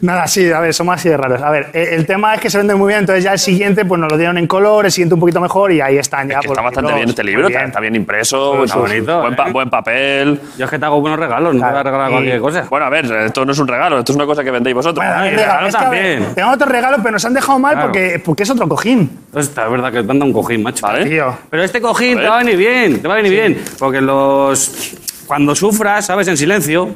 S10: Nada, sí, a ver, somos así de raros. A ver, eh, el tema es que se venden muy bien, entonces ya el siguiente, pues nos lo dieron en color, el siguiente un poquito mejor y ahí están ya. Pues,
S2: Que
S10: por
S2: está
S10: los
S2: bastante
S10: libros.
S2: bien este
S10: Muy
S2: libro, está-
S10: bien.
S2: está bien impreso,
S8: está bonito,
S2: buen,
S8: ¿eh?
S2: pa- buen papel.
S8: Yo es que te hago buenos regalos, no te voy a
S10: Claro,
S8: regalar
S10: y-
S8: cualquier cosa.
S2: Bueno, a ver, esto no es un regalo, esto es una cosa que vendéis vosotros.
S10: Bueno,
S8: Ay,
S10: venga,
S8: regalo
S10: es que, a ver,
S8: también.
S10: tengo otro regalo, pero nos han dejado mal
S8: Claro.
S10: porque, porque es otro cojín,
S8: Hostia, es verdad que te anda un cojín, macho.
S2: ¿Vale? Pues,
S10: tío.
S8: Pero este cojín te
S2: A ver.
S8: va a venir bien, te va a venir bien. Porque los. Cuando sufras, ¿sabes? En silencio.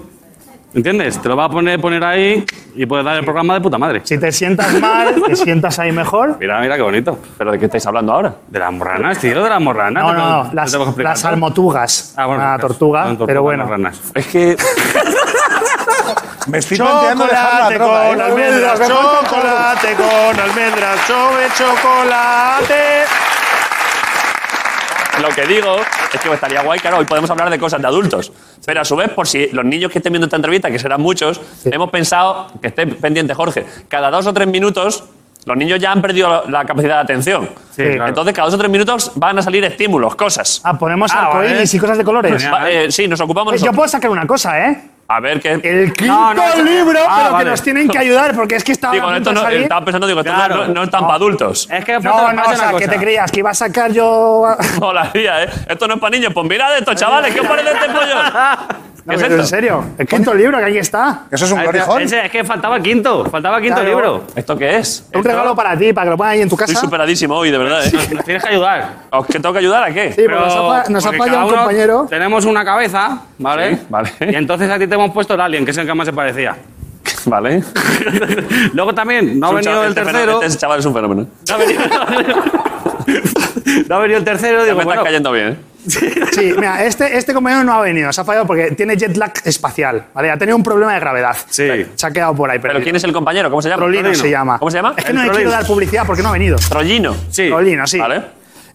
S8: ¿Entiendes? Te lo va a poner, poner ahí y puedes dar el programa de puta madre.
S10: Si te sientas mal, te sientas ahí mejor.
S8: Mira, mira qué bonito.
S2: ¿Pero de qué estáis hablando ahora?
S8: De las morranas, tío, de las morranas.
S10: No,
S8: te-
S10: no,
S8: te
S10: no. Las,
S8: tengo que explicar,
S10: las
S8: ¿no?
S10: almotugas.
S8: Ah, bueno,
S10: una
S8: claro.
S10: tortuga,
S8: Son tortugas,
S10: pero bueno.
S8: no ranas.
S2: Es que.
S4: Me estoy planteando dejar la
S5: Chocolate
S4: droga,
S5: con
S4: ¿eh? Las
S5: almendras,
S4: demás-
S5: chocolate con almendras, chove chocolate.
S2: Lo que digo es que estaría guay, claro, hoy podemos hablar de cosas de adultos. Pero a su vez, por si los niños que estén viendo esta entrevista, que serán muchos, hemos pensado, que esté pendiente Jorge, cada dos o tres minutos los niños ya han perdido la capacidad de atención.
S8: claro.
S2: Entonces, cada dos o tres minutos van a salir estímulos, cosas.
S10: Ah, ponemos
S8: Ah,
S10: arcoíris
S8: vale.
S10: y cosas de colores.
S8: Genial.
S2: Va- eh, sí, nos ocupamos
S10: Pues yo
S2: nosotros.
S10: puedo sacar una cosa, ¿eh?
S2: A ver qué...
S10: El quinto
S8: no,
S10: libro,
S8: ah,
S10: pero
S8: vale.
S10: que nos tienen que ayudar, porque es que estaba
S2: Digo,
S10: a punto
S2: esto
S10: de
S2: no,
S10: salir.
S2: estaba pensando, digo, esto no-
S8: Claro.
S2: no, no es tan para adultos.
S8: Es que
S10: No, no, o sea, ¿qué te creías? ¿Que iba a sacar yo...?
S2: Molaría, ¿eh? Esto no es para niños. Pues mirad esto, chavales, ¿qué os parece este pollo? ¿Qué
S10: No,
S2: es
S10: pero en
S2: esto?
S10: serio, el quinto libro que aquí está.
S4: Eso
S6: Ah,
S4: es un glory hole.
S8: Ese, es que faltaba quinto, faltaba quinto
S10: Claro.
S8: libro.
S2: ¿Esto qué es?
S10: Un regalo para ti, para que lo pongas ahí en tu casa.
S2: Estoy superadísimo hoy, de verdad, ¿eh?
S8: Nos tienes que ayudar.
S2: ¿Os Oh, que tengo que ayudar a qué?
S10: Sí, porque nos ha, fa- nos ha
S8: porque
S10: fallado
S8: cada
S10: un
S8: uno
S10: compañero.
S8: Tenemos una cabeza, ¿vale?
S2: Sí, vale.
S8: Y entonces a ti te hemos puesto el alien, que es el que más se parecía.
S2: Vale.
S8: Luego también, no ha
S2: Es un
S8: venido
S2: chaval-
S8: el
S2: este
S8: tercero.
S2: fenómeno- Este chaval es un fenómeno.
S8: No ha venido, no ha venido el tercero,
S2: Ya
S8: digo,
S2: me
S8: bueno,
S2: estás cayendo bien, ¿eh?
S10: Sí, mira, este, este compañero no ha venido, se ha fallado porque tiene jet lag espacial, ¿vale? Ha tenido un problema de gravedad.
S8: Sí.
S10: Se ha quedado por ahí, pero...
S2: ¿Pero quién es el compañero? ¿Cómo se llama?
S10: Trolino se llama.
S2: ¿Cómo se llama?
S10: Es que
S2: El
S10: no le quiero
S2: Trolino.
S10: dar publicidad porque no ha venido.
S2: Trollino.
S8: Este sí.
S10: Trolino, sí.
S2: Vale.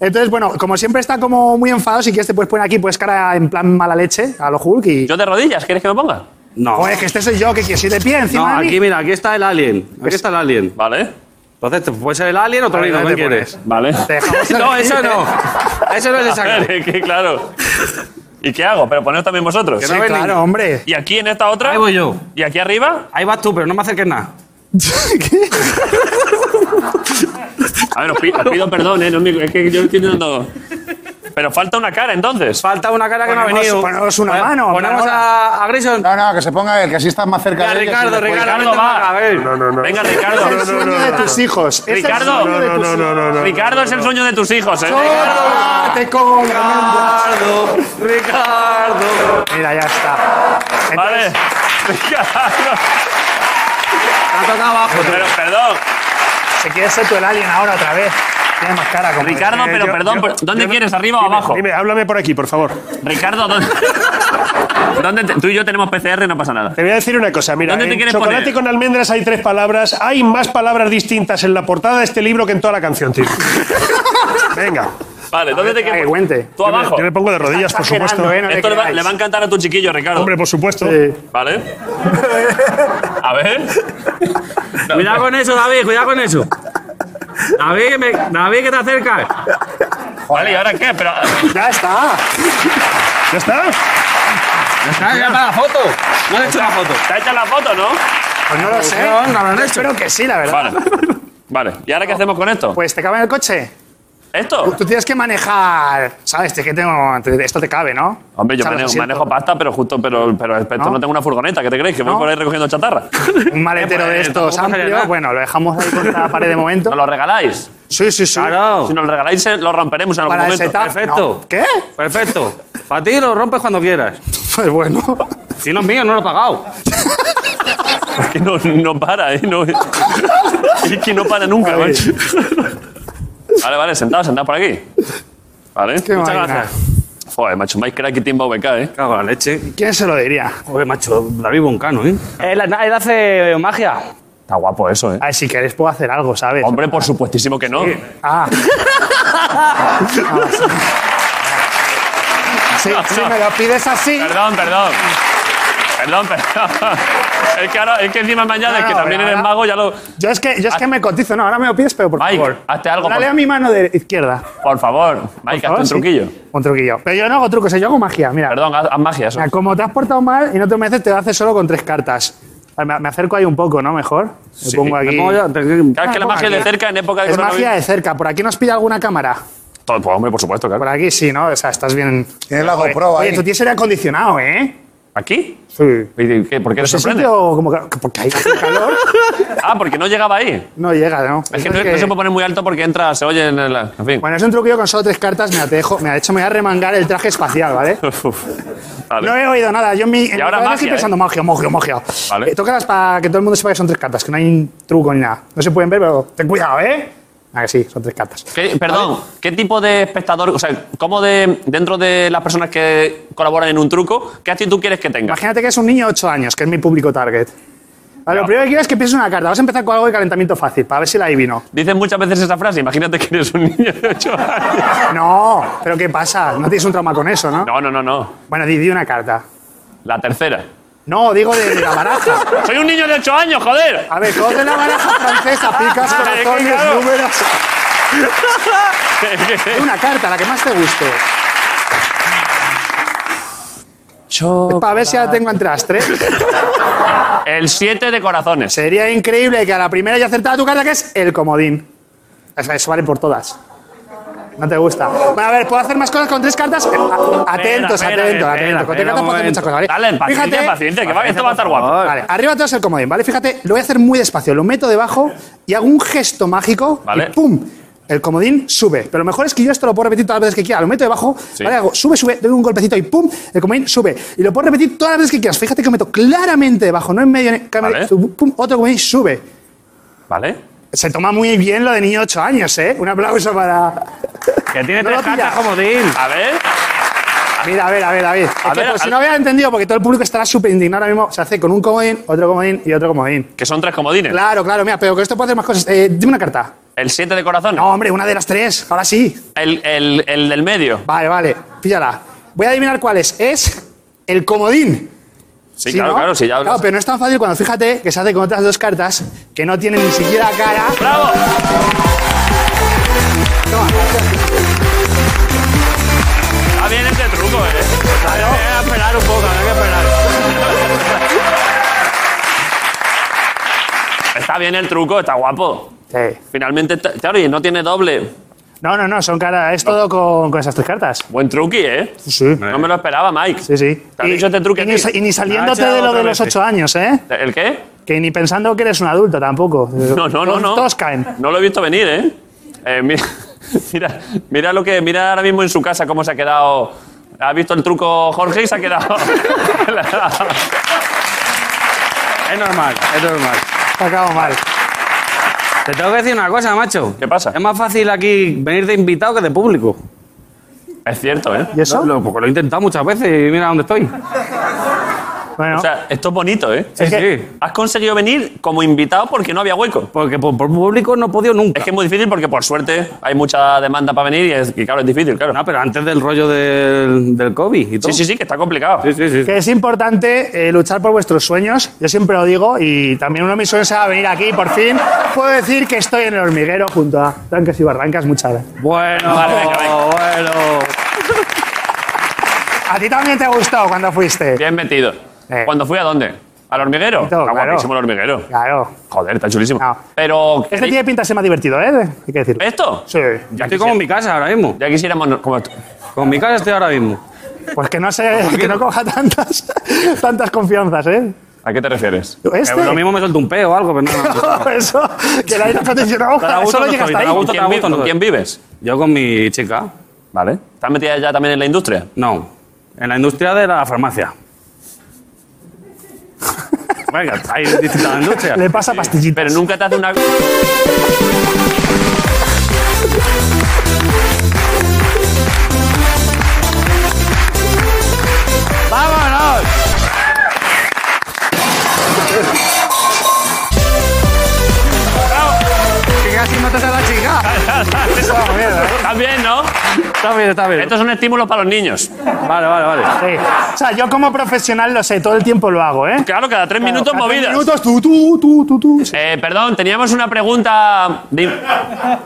S10: Entonces, bueno, como siempre está como muy enfadado, si quieres te puedes poner aquí, pues cara en plan mala leche a lo Hulk y...
S2: ¿Yo de rodillas? ¿Quieres que me ponga?
S8: No.
S10: Joder, que este soy yo, que que soy de pie
S8: No,
S10: encima de mí.
S8: aquí mira, aquí está el alien. Aquí está el alien.
S2: Vale.
S8: Entonces, ¿te- puede ser el alien o Trolino,
S10: Ahí
S8: ¿qué
S10: te
S8: quieres?
S2: Vale.
S10: Te dejamos
S8: No, eso no. Eso no es
S2: A ver,
S8: exacto.
S2: es que claro. ¿Y qué hago? Pero poneros también vosotros.
S8: Que
S10: Sí,
S8: no ven
S10: claro,
S8: ni-
S10: hombre.
S2: ¿Y aquí en esta otra?
S8: Ahí voy yo.
S2: ¿Y aquí arriba?
S8: Ahí vas tú, pero no me acerques nada.
S2: A ver, os pi- os pido, perdón, ¿eh? No es mi- es que yo estoy intentando... Pero falta una cara, entonces.
S8: Falta una cara que no ha
S10: Ponemos-
S8: venido.
S10: ponemos una
S8: Pon-
S10: mano,
S8: Ponemos
S10: ponemos
S8: a, a Grayson.
S4: No, no, que se ponga él, que así estás más cerca
S8: Ya,
S4: de él.
S8: Ricardo, Ricardo,
S2: Ricardo,
S8: vente
S2: va.
S8: para acá, a ver.
S2: Venga, Ricardo.
S10: Es el sueño de tus hijos. Es el
S2: Ricardo.
S10: sueño de
S5: No,
S10: tus
S5: no, no, no, no.
S2: Ricardo es el sueño de tus hijos, ¿eh?
S10: Chocolate con almendras.
S8: Ricardo, Ricardo.
S10: Mira, ya está.
S2: Vale.
S10: Entonces,
S2: Ricardo.
S8: Ha tocado abajo.
S2: Pero perdón,
S10: Se quiere ser tú el alien ahora otra vez. Tiene más cara como.
S2: Ricardo, pero
S5: Eh, yo-
S2: perdón,
S5: yo-
S2: pero- ¿dónde
S5: yo no-
S2: quieres? ¿Arriba o
S5: Dime,
S2: abajo?
S5: Dime, háblame por aquí, por favor.
S2: Ricardo, ¿dónde? ¿Dónde te- tú y yo tenemos PCR y no pasa nada.
S5: Te voy a decir una cosa, mira,
S2: ¿Dónde te
S5: en
S2: quieres
S5: chocolate
S2: poner?
S5: con almendras hay tres palabras, hay más palabras distintas en la portada de este libro que en toda la canción, tío. Venga,
S2: Vale, ¿dónde
S5: Ah,
S2: te
S10: para
S2: quieres
S10: que cuente.
S2: Tú abajo.
S5: yo me pongo de rodillas, por supuesto.
S10: Exagerando, ¿eh? No te
S2: Esto le va,
S10: creáis.
S2: le va a encantar a tu chiquillo, Ricardo.
S5: Hombre, por supuesto.
S2: Vale. A ver.
S8: Cuidado con eso, David, cuidado con eso. David, que me- David, que te acercas.
S2: Vale, ¿y ahora qué? Pero, eh,
S10: Ya está.
S5: ¿Ya está?
S8: Ya está, ya está la foto. No has hecho la foto.
S2: ¿Te ha hecho la foto, no?
S10: Pues no lo sé.
S8: No, no lo han hecho.
S10: Espero que sí, la verdad.
S2: Vale. Vale. ¿Y ahora qué hacemos con esto?
S10: Pues te cabe en el coche.
S2: ¿Esto?
S10: Tú tienes que manejar. ¿Sabes? Te- que tengo. Esto te cabe, ¿no?
S2: Hombre, yo
S10: Sabes,
S2: manejo,
S10: lo siento.
S2: manejo pasta, pero justo, pero, pero respecto, no.
S10: ¿No?
S2: tengo una furgoneta, ¿qué te crees? Que voy
S10: ¿No?
S2: por ahí recogiendo chatarra.
S10: Un maletero
S2: Eh,
S10: de
S8: Pues,
S10: estos
S8: tampoco pasa nada.
S10: amplio. Bueno, lo dejamos ahí contra la pared de momento.
S2: ¿Nos lo regaláis?
S10: Sí, sí, sí.
S8: Claro.
S2: Si nos lo regaláis, eh, lo romperemos en algún
S10: Oh. Para el
S2: momento. Pues-
S10: setup.
S8: Perfecto.
S10: no. ¿Qué?
S8: Perfecto. Para ti lo rompes cuando quieras.
S10: Pues bueno.
S8: Si no es mío, no lo he pagado.
S2: Que no, no para, ¿eh? No, es que no para nunca, macho. Vale, vale, sentado, sentado por aquí. Vale, muchas
S10: vaina.
S2: gracias. Joder, macho, más crack y Team VK, ¿eh?
S8: Cago en la leche.
S10: ¿Quién se lo diría?
S8: Joder, macho, David Boncano, ¿eh? Él, él hace magia.
S2: Está guapo eso, ¿eh?
S10: A ver, si queréis puedo hacer algo, ¿sabes?
S2: Hombre, por supuestísimo que no.
S10: Ah. Sí, si me lo pides así.
S2: Perdón, perdón. Perdón, perdón. Es que, ahora, es que encima me añades
S10: No, no,
S2: que también
S10: pero
S2: eres
S10: Ah, ahora-
S2: mago, ya lo...
S10: Yo es que, yo es que me cotizo, no, ahora me lo pides, pero por
S2: Mike,
S10: favor.
S2: hazte algo,
S10: Dale
S2: por-
S10: a mi mano de izquierda.
S2: Por favor, Mike, hazte
S10: favor,
S2: un
S10: sí.
S2: truquillo.
S10: Un truquillo. Pero yo no hago trucos, yo hago magia, mira.
S2: Perdón, haz, haz magia eso.
S10: Mira, Como te has portado mal y no te mereces, te lo haces solo con tres cartas. A ver, Me me acerco ahí un poco, ¿no? Mejor. Me pongo aquí. Ah,
S2: Claro, es que la magia es de cerca en época de
S10: Es magia
S2: coronavirus.
S10: de cerca. ¿Por aquí nos pilla alguna cámara?
S2: Todo- pues, hombre, por supuesto, claro.
S10: Por aquí sí, ¿no? O sea, estás bien.
S4: Tienes la GoPro
S10: Oye,
S4: ahí.
S10: tú tienes aire acondicionado, ¿eh? Pues
S2: ¿Aquí?
S10: Sí.
S2: ¿Y qué? ¿Por qué te
S10: Se
S2: sorprende?
S10: siente o como que, porque hay calor.
S2: Ah, porque no llegaba ahí.
S10: No llega, ¿no?
S2: Es que
S10: Eso
S2: no, no
S10: es Pues que-
S2: se puede poner muy alto porque entra, se oye en el. En fin.
S10: Bueno, es un truquillo con solo tres cartas. Mira, te dejo. Mira, de hecho, me voy a remangar el traje espacial, ¿vale?
S2: Uf. Vale.
S10: No he oído nada. Yo en mi, en mi
S2: ahora
S10: cuaderno
S2: magia,
S10: estoy
S2: ¿eh?
S10: pensando magia, magia, magia.
S2: Vale.
S10: Eh, tócalas para que todo el mundo sepa que son tres cartas, que no hay un truco ni nada. No se pueden ver, pero ten cuidado, ¿eh? Ah, que sí, son tres cartas.
S2: ¿Qué- perdón, ¿qué tipo de espectador, o sea, cómo de, dentro de las personas que colaboran en un truco, qué actitud quieres que tenga?
S10: Imagínate que es un niño de 8 años, que es mi público target. Vale, Lo primero que quiero es que pienses una carta. Vas a empezar con algo de calentamiento fácil, para ver si la adivino.
S2: Dicen muchas veces esa frase, imagínate que eres un niño de 8 años.
S10: No, pero ¿qué pasa? No tienes un trauma con eso, ¿no?
S2: No, no, no, no.
S10: Bueno, di, di una carta.
S2: La tercera.
S10: No, digo de, de la baraja.
S2: ¡Soy un niño de 8 años, joder!
S10: A ver, coge la baraja francesa, picas
S2: Ah, Es que
S10: corazones,
S2: claro.
S10: números. Di una carta, la que más te guste. Para ver si la tengo en trastre.
S2: El 7 de corazones.
S10: Sería increíble que a la primera ya acertara tu carta, que es el comodín. Eso, eso vale por todas. No te gusta. Bueno, a ver, ¿puedo hacer más cosas con tres cartas? Eh, a- Atentos,
S2: espera,
S10: atentos,
S2: espera,
S10: atentos. Con tres
S8: espera
S10: cartas
S8: un
S10: puedo hacer muchas cosas, ¿vale?
S2: Dale, paciencia, paciencia, que va, esto va a estar guapo.
S10: Vale, arriba todo es el comodín, ¿vale? Fíjate, lo voy a hacer muy despacio. Lo meto debajo y hago un gesto mágico
S2: Vale.
S10: y ¡pum! El comodín sube. Pero lo mejor es que yo esto lo puedo repetir todas las veces que quiera. Lo meto debajo,
S2: Sí.
S10: ¿vale? Hago sube, sube, doy un golpecito y ¡pum! El comodín sube. Y lo puedo repetir todas las veces que quieras. Fíjate que lo meto claramente debajo, no en medio. en-
S2: Vale.
S10: ¡Pum! Otro comodín sube.
S2: ¿Vale?
S10: Se toma muy bien lo de niño de 8 años, ¿eh? Un aplauso para...
S8: Que tiene
S10: No
S8: tres
S10: lo pilla.
S8: cartas comodín.
S2: A ver.
S10: Mira, a ver, a ver, David. Es
S2: A
S10: que
S2: ver,
S10: por
S2: a-
S10: si no habías entendido, porque todo el público estará súper indignado ahora mismo, se hace con un comodín, otro comodín y otro comodín.
S2: Que son tres comodines.
S10: Claro, claro, mira, pero que esto puede hacer más cosas. Eh, dime una carta.
S2: El 7 de corazones.
S10: No, hombre, una de las tres, ahora sí.
S2: El, el- el del medio.
S10: Vale, vale, píllala. Voy a adivinar cuál es. Es el comodín.
S2: Sí, claro, claro, sí, ya
S10: Claro, pero no es tan fácil cuando fíjate que se hace con otras dos cartas que no tienen ni siquiera cara.
S2: ¡Bravo! Está bien este truco, ¿eh? Hay que esperar un poco, hay que esperar. Está bien el truco, está guapo.
S10: Sí.
S2: Finalmente, está- claro, y no tiene doble.
S10: No, no, no, son caras. Es todo con, con esas tres cartas.
S2: Buen truqui, ¿eh?
S10: Sí.
S2: No me lo esperaba, Mike.
S10: Sí, sí.
S2: Te ha dicho este truque
S10: y
S2: a
S10: ni,
S2: ti.
S10: sa- y ni saliéndote
S8: Ah,
S10: de lo
S8: otra
S10: de
S8: vez,
S10: los
S8: sí.
S10: ocho años, ¿eh?
S2: ¿El qué?
S10: Que ni pensando que eres un adulto tampoco.
S2: No, no, no,
S10: Todos-
S2: no.
S10: Todos caen.
S2: No lo he visto venir, ¿eh? Eh, mira, mira, mira lo que. Mira ahora mismo en su casa cómo se ha quedado. ¿Ha visto el truco Jorge y se ha quedado?
S8: Es normal, es normal.
S10: Te acabo mal.
S8: Te tengo que decir una cosa, macho.
S2: ¿Qué pasa?
S8: Es más fácil aquí venir de invitado que de público.
S2: es cierto, ¿eh?
S10: ¿Y eso?
S8: Lo, porque lo he intentado muchas veces y mira dónde estoy.
S10: Bueno,
S2: O sea, esto es bonito, ¿eh?
S8: Sí,
S10: Es que-
S8: sí.
S2: Has conseguido venir como invitado porque no había hueco.
S8: Porque por, por público no he podido nunca.
S2: Es que es muy difícil porque, por suerte, hay mucha demanda para venir y, es, y, claro, es difícil, claro.
S8: No, pero antes del rollo del, del COVID y todo.
S2: Sí, sí, sí, que está complicado.
S8: sí, sí, sí.
S10: que es importante eh, luchar por vuestros sueños. Yo siempre lo digo y también uno de mis sueños era venir aquí por fin. Puedo decir que estoy en el hormiguero junto a Trancas y Barrancas. Muchas gracias.
S8: Bueno,
S2: Vale, venga, venga.
S8: bueno.
S10: A ti también te gustó cuando fuiste.
S2: Bien metido.
S10: Eh.
S2: ¿Cuando fui a dónde? ¿Al hormiguero?
S10: Todo,
S2: Está
S10: claro.
S2: guapísimo el hormiguero.
S10: Claro.
S2: Joder, está chulísimo.
S10: No.
S2: Pero.
S10: Este tiene pinta de ser más divertido, ¿eh? Hay que decirlo.
S2: ¿Esto?
S10: Sí.
S2: Ya
S8: Estoy como en
S2: quisiera-
S8: mi casa ahora mismo.
S2: Ya quisiéramos. no- Como,
S8: Con mi casa estoy ahora mismo.
S10: Pues que no sé, que no coja tantas, tantas confianzas, ¿eh?
S2: ¿A qué te refieres?
S10: Este.
S8: Lo mismo me suelto un peo o algo, pero no. no.
S10: eso, que la vida proteccionado,
S8: Para gusto
S10: solo
S8: no
S10: llega hasta
S8: estoy, para
S10: ahí.
S2: ¿Con
S8: gusto,
S2: quién,
S8: te
S2: vi-
S8: gusto,
S2: con
S8: no.
S2: quién vives?
S8: Yo con mi chica.
S2: ¿Vale? ¿Estás metida ya también en la industria?
S8: No. En la industria de la farmacia. Venga, hay distintas industrias.
S10: Le pasa pastillita.
S2: Pero nunca te hace una.
S8: Que casi matas a la chica.
S2: Está ¿eh? bien, ¿no?
S8: Está bien, está bien.
S2: Estos son estímulos para los niños.
S8: Vale, vale, vale.
S10: Sí. O sea, yo como profesional lo sé, todo el tiempo lo hago, ¿eh?
S2: Claro, cada tres minutos
S10: Cada tres
S2: movidas.
S10: Minutos, tú, tú, tú, tú, tú.
S2: Eh, perdón, teníamos una pregunta. de- A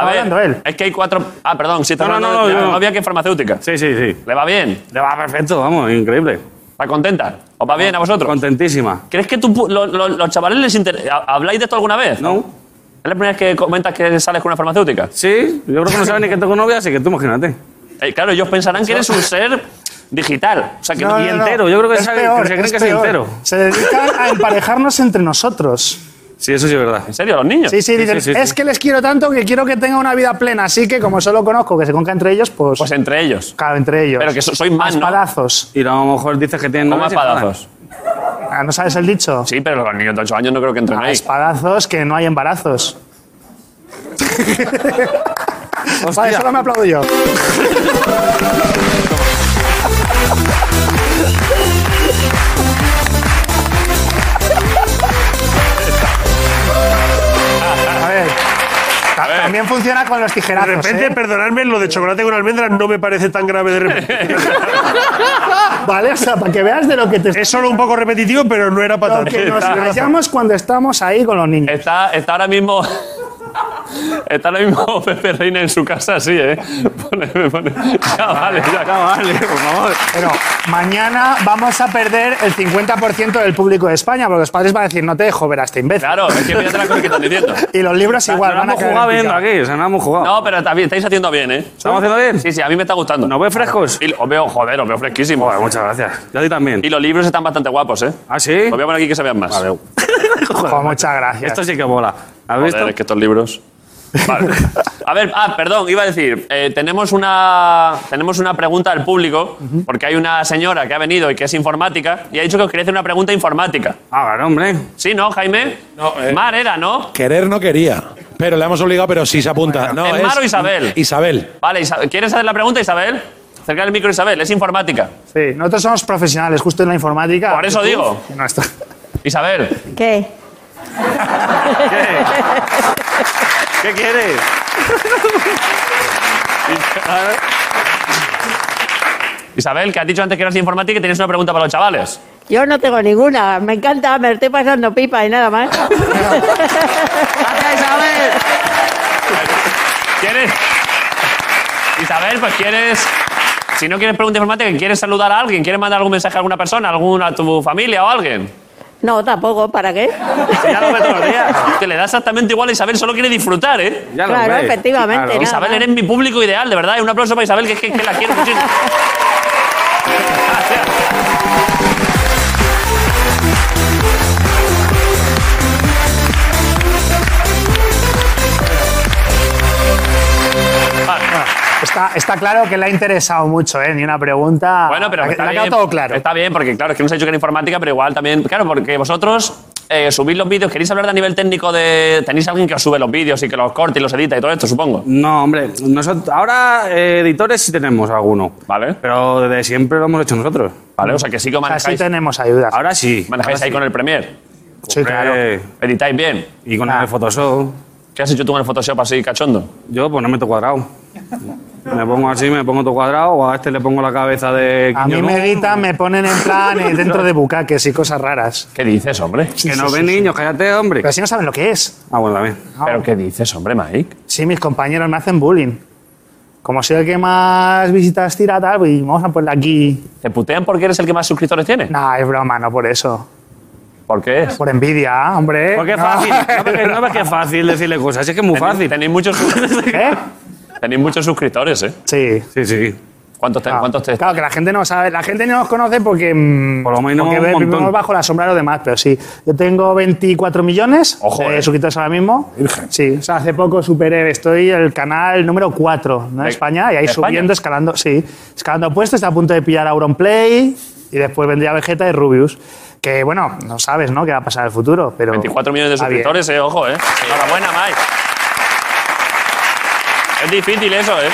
S10: hablando él.
S2: es que hay cuatro. Ah, perdón, sí, está
S8: No, no,
S2: hablando de
S8: no,
S2: de
S8: yo-
S2: novia que es farmacéutica.
S8: Sí, sí, sí.
S2: ¿Le va bien?
S8: Le va perfecto, vamos, increíble.
S2: ¿Está contenta? ¿Os va bien a vosotros?
S8: Contentísima.
S2: ¿Crees que tú, pu- lo- lo- los chavales les inter- ha- ¿Habláis de esto alguna vez?
S8: ¿No?
S2: ¿Es la primera vez que comentas que sales con una farmacéutica?
S8: Sí, yo creo que no sabe ni que tengo novia, así que tú imagínate.
S2: Eh, claro, ellos pensarán que eres un ser digital. O sea, que
S10: No,
S2: y
S10: no, no.
S2: entero.
S8: yo creo que
S10: Es
S8: sabe-
S10: peor,
S8: que se creen
S10: es
S8: que soy
S10: peor.
S8: entero.
S10: Se dedican a emparejarnos entre nosotros.
S8: Sí, eso sí es verdad.
S2: ¿En serio? ¿Los niños?
S10: Sí, sí, dicen,
S8: sí, sí,
S10: es
S8: sí.
S10: que les quiero tanto que quiero que tengan una vida plena, así que como solo conozco que se conca entre ellos, pues,
S2: Pues entre ellos.
S10: claro, entre ellos.
S2: Pero que so- soy más, ¿no?
S10: Espadazos.
S8: Y a lo mejor dices que tienen
S2: Como
S8: novias y jodan.
S2: espadazos.
S10: Ah, ¿No sabes el dicho?
S2: Sí, pero los niños de 8 años no creo que entren
S10: A
S2: ahí.
S10: espadazos que no hay embarazos. Vale, solo me aplaudo yo. A ver. ta- También funciona con los
S5: De
S10: tijerazos.
S5: repente,
S10: ¿eh?
S5: perdonadme, lo de chocolate con almendras no me parece tan grave de repente.
S10: Vale, o sea, para que veas de lo que te
S5: Es solo un ¿eh? poco repetitivo, pero no era para
S10: lo
S5: tanto.
S10: que nos rayamos cuando estamos ahí con los niños.
S2: Está, está ahora mismo. Está ahora mismo Pepe Reina en su casa, sí, ¿eh? Pone, me pone. Ya vale, ya.
S8: Vale, por favor.
S10: Pero mañana vamos a perder el 50% del público de España, porque los padres van a decir, no te dejo ver a este imbécil.
S2: Claro, es que fíjate las cosas que están diciendo.
S10: Y los libros igual
S8: no
S10: van a
S8: hemos
S10: caer
S8: jugado
S10: en
S8: bien
S10: picado.
S8: aquí, o sea, no hemos jugado.
S2: No, pero está bien, estáis haciendo bien, ¿eh?
S8: ¿Estamos haciendo bien?
S2: Sí, sí, a mí me está gustando.
S8: ¿Nos ves frescos?
S2: Y os veo, joder, os veo fresquísimo.
S8: Pues Muchas gracias. Yo a ti también.
S2: Y los libros están bastante guapos, ¿eh?
S8: ¿Ah, sí?
S2: Os voy a poner aquí que se vean más. Vale,
S10: Jo, muchas gracias.
S8: Esto sí que mola. ¿Has visto?
S2: Joder, es que estos libros. Vale. A ver, ah, perdón, iba a decir, eh, tenemos, una, tenemos una pregunta al público, porque hay una señora que ha venido y que es informática, y ha dicho que os quería hacer una pregunta informática.
S8: Ah, bueno, hombre.
S2: ¿Sí, no, Jaime?
S3: No, eh.
S2: Mar era, ¿no?
S3: Querer no quería, pero le hemos obligado, pero sí se apunta. No,
S2: ¿es Mar o Isabel?
S3: Isabel.
S2: Vale, Isa- ¿quieres hacer la pregunta, Isabel? Acerca del micro, Isabel, es informática.
S10: Sí, nosotros somos profesionales, justo en la informática.
S2: Por eso
S10: Uf,
S2: digo.
S10: no está-
S2: Isabel,
S9: ¿Qué?
S8: ¿Qué quieres?
S2: Isabel, que has dicho antes que eras informática y tenías una pregunta para los chavales.
S9: Yo no tengo ninguna. Me encanta, me estoy pasando pipa y nada más.
S2: ¿Quieres? Isabel, pues quieres. Si no quieres pregunta informática, ¿quieres saludar a alguien? ¿Quieres mandar algún mensaje a alguna persona? ¿Alguna a tu familia o a alguien?
S9: No, tampoco, ¿para qué?
S2: Ya lo veo todos los días. Que le da exactamente igual a Isabel, solo quiere disfrutar, ¿eh?
S8: Ya lo
S9: Claro,
S8: ves.
S9: efectivamente,
S8: Claro.
S9: nada
S2: Isabel,
S9: más.
S2: eres mi público ideal, de verdad. Y un aplauso para Isabel, que es que, que la quiero muchísimo. Gracias. Vale.
S10: Está, está claro que le ha interesado mucho, ¿eh? Ni una pregunta.
S2: Bueno, pero
S10: Le ha-
S2: está
S10: le ha
S2: bien,
S10: quedado todo claro.
S2: Está bien, porque claro, es que nos ha dicho que era informática, pero igual también. Claro, porque vosotros eh, subís los vídeos, queréis hablar de a nivel técnico de. Tenéis alguien que os sube los vídeos y que los corte y los edita y todo esto, supongo.
S8: No, hombre. Nosotros, ahora eh, editores sí tenemos alguno.
S2: Vale.
S8: Pero desde siempre lo hemos hecho nosotros.
S2: Vale, o sea que sí que
S10: O sea, sí
S2: manejáis,
S10: tenemos ayuda.
S8: Ahora sí.
S2: manejáis ahí con el Premiere.
S10: sí, claro.
S8: Eh,
S2: Editáis bien.
S8: Y con
S10: Ah.
S8: el Photoshop.
S2: ¿Qué has hecho tú con el Photoshop así cachondo?
S8: Yo, pues no meto cuadrado. Me pongo así, me pongo todo cuadrado, o a este le pongo la cabeza de.
S10: A mí
S8: Quiñonú,
S10: me editan, me ponen en plan eh, dentro de bucaques y cosas raras.
S2: ¿Qué dices, hombre?
S8: Que no ven niños, cállate, hombre.
S10: Pero así no saben lo que es.
S8: Ah, bueno, también.
S2: ¿Pero qué dices, hombre, Mike?
S10: Sí, mis compañeros me hacen bullying. Como soy el que más visitas tira, tal, pues vamos a ponerle aquí.
S2: ¿Te putean porque eres el que más suscriptores tiene?
S10: Nah, es broma, no por eso.
S2: ¿Por qué es?
S10: Por envidia, hombre.
S8: Porque es
S10: No.
S8: fácil. No, ves que- no ves que es fácil decirle cosas, es que es muy
S2: Tenéis-
S8: fácil.
S2: Tenéis muchos,
S10: ¿Eh?
S2: tenéis muchos suscriptores, ¿eh?
S10: Sí.
S8: Sí, sí.
S2: ¿Cuántos, te-
S10: Ah,
S2: ¿cuántos te-
S10: Claro, que la gente no sabe, la gente no nos conoce porque. mm,
S8: Por lo menos
S10: porque
S8: un
S10: ve-
S8: montón.
S10: vivimos bajo la sombra de los demás, pero sí. Yo tengo 24 millones
S2: Ojo,
S10: de
S2: eh.
S10: suscriptores ahora mismo. Sí, o sea, hace poco superé, estoy el canal número 4 ¿no?
S2: De-
S10: de España y ahí
S2: de España.
S10: subiendo, escalando, sí, escalando puestos, está a punto de pillar a Auronplay y después vendría Vegeta y Rubius. Que bueno, no sabes, ¿no? ¿Qué va a pasar en el futuro? Pero
S2: 24 millones de
S10: está bien.
S2: suscriptores, eh, ojo, eh. Enhorabuena, Mike. Es difícil eso, eh.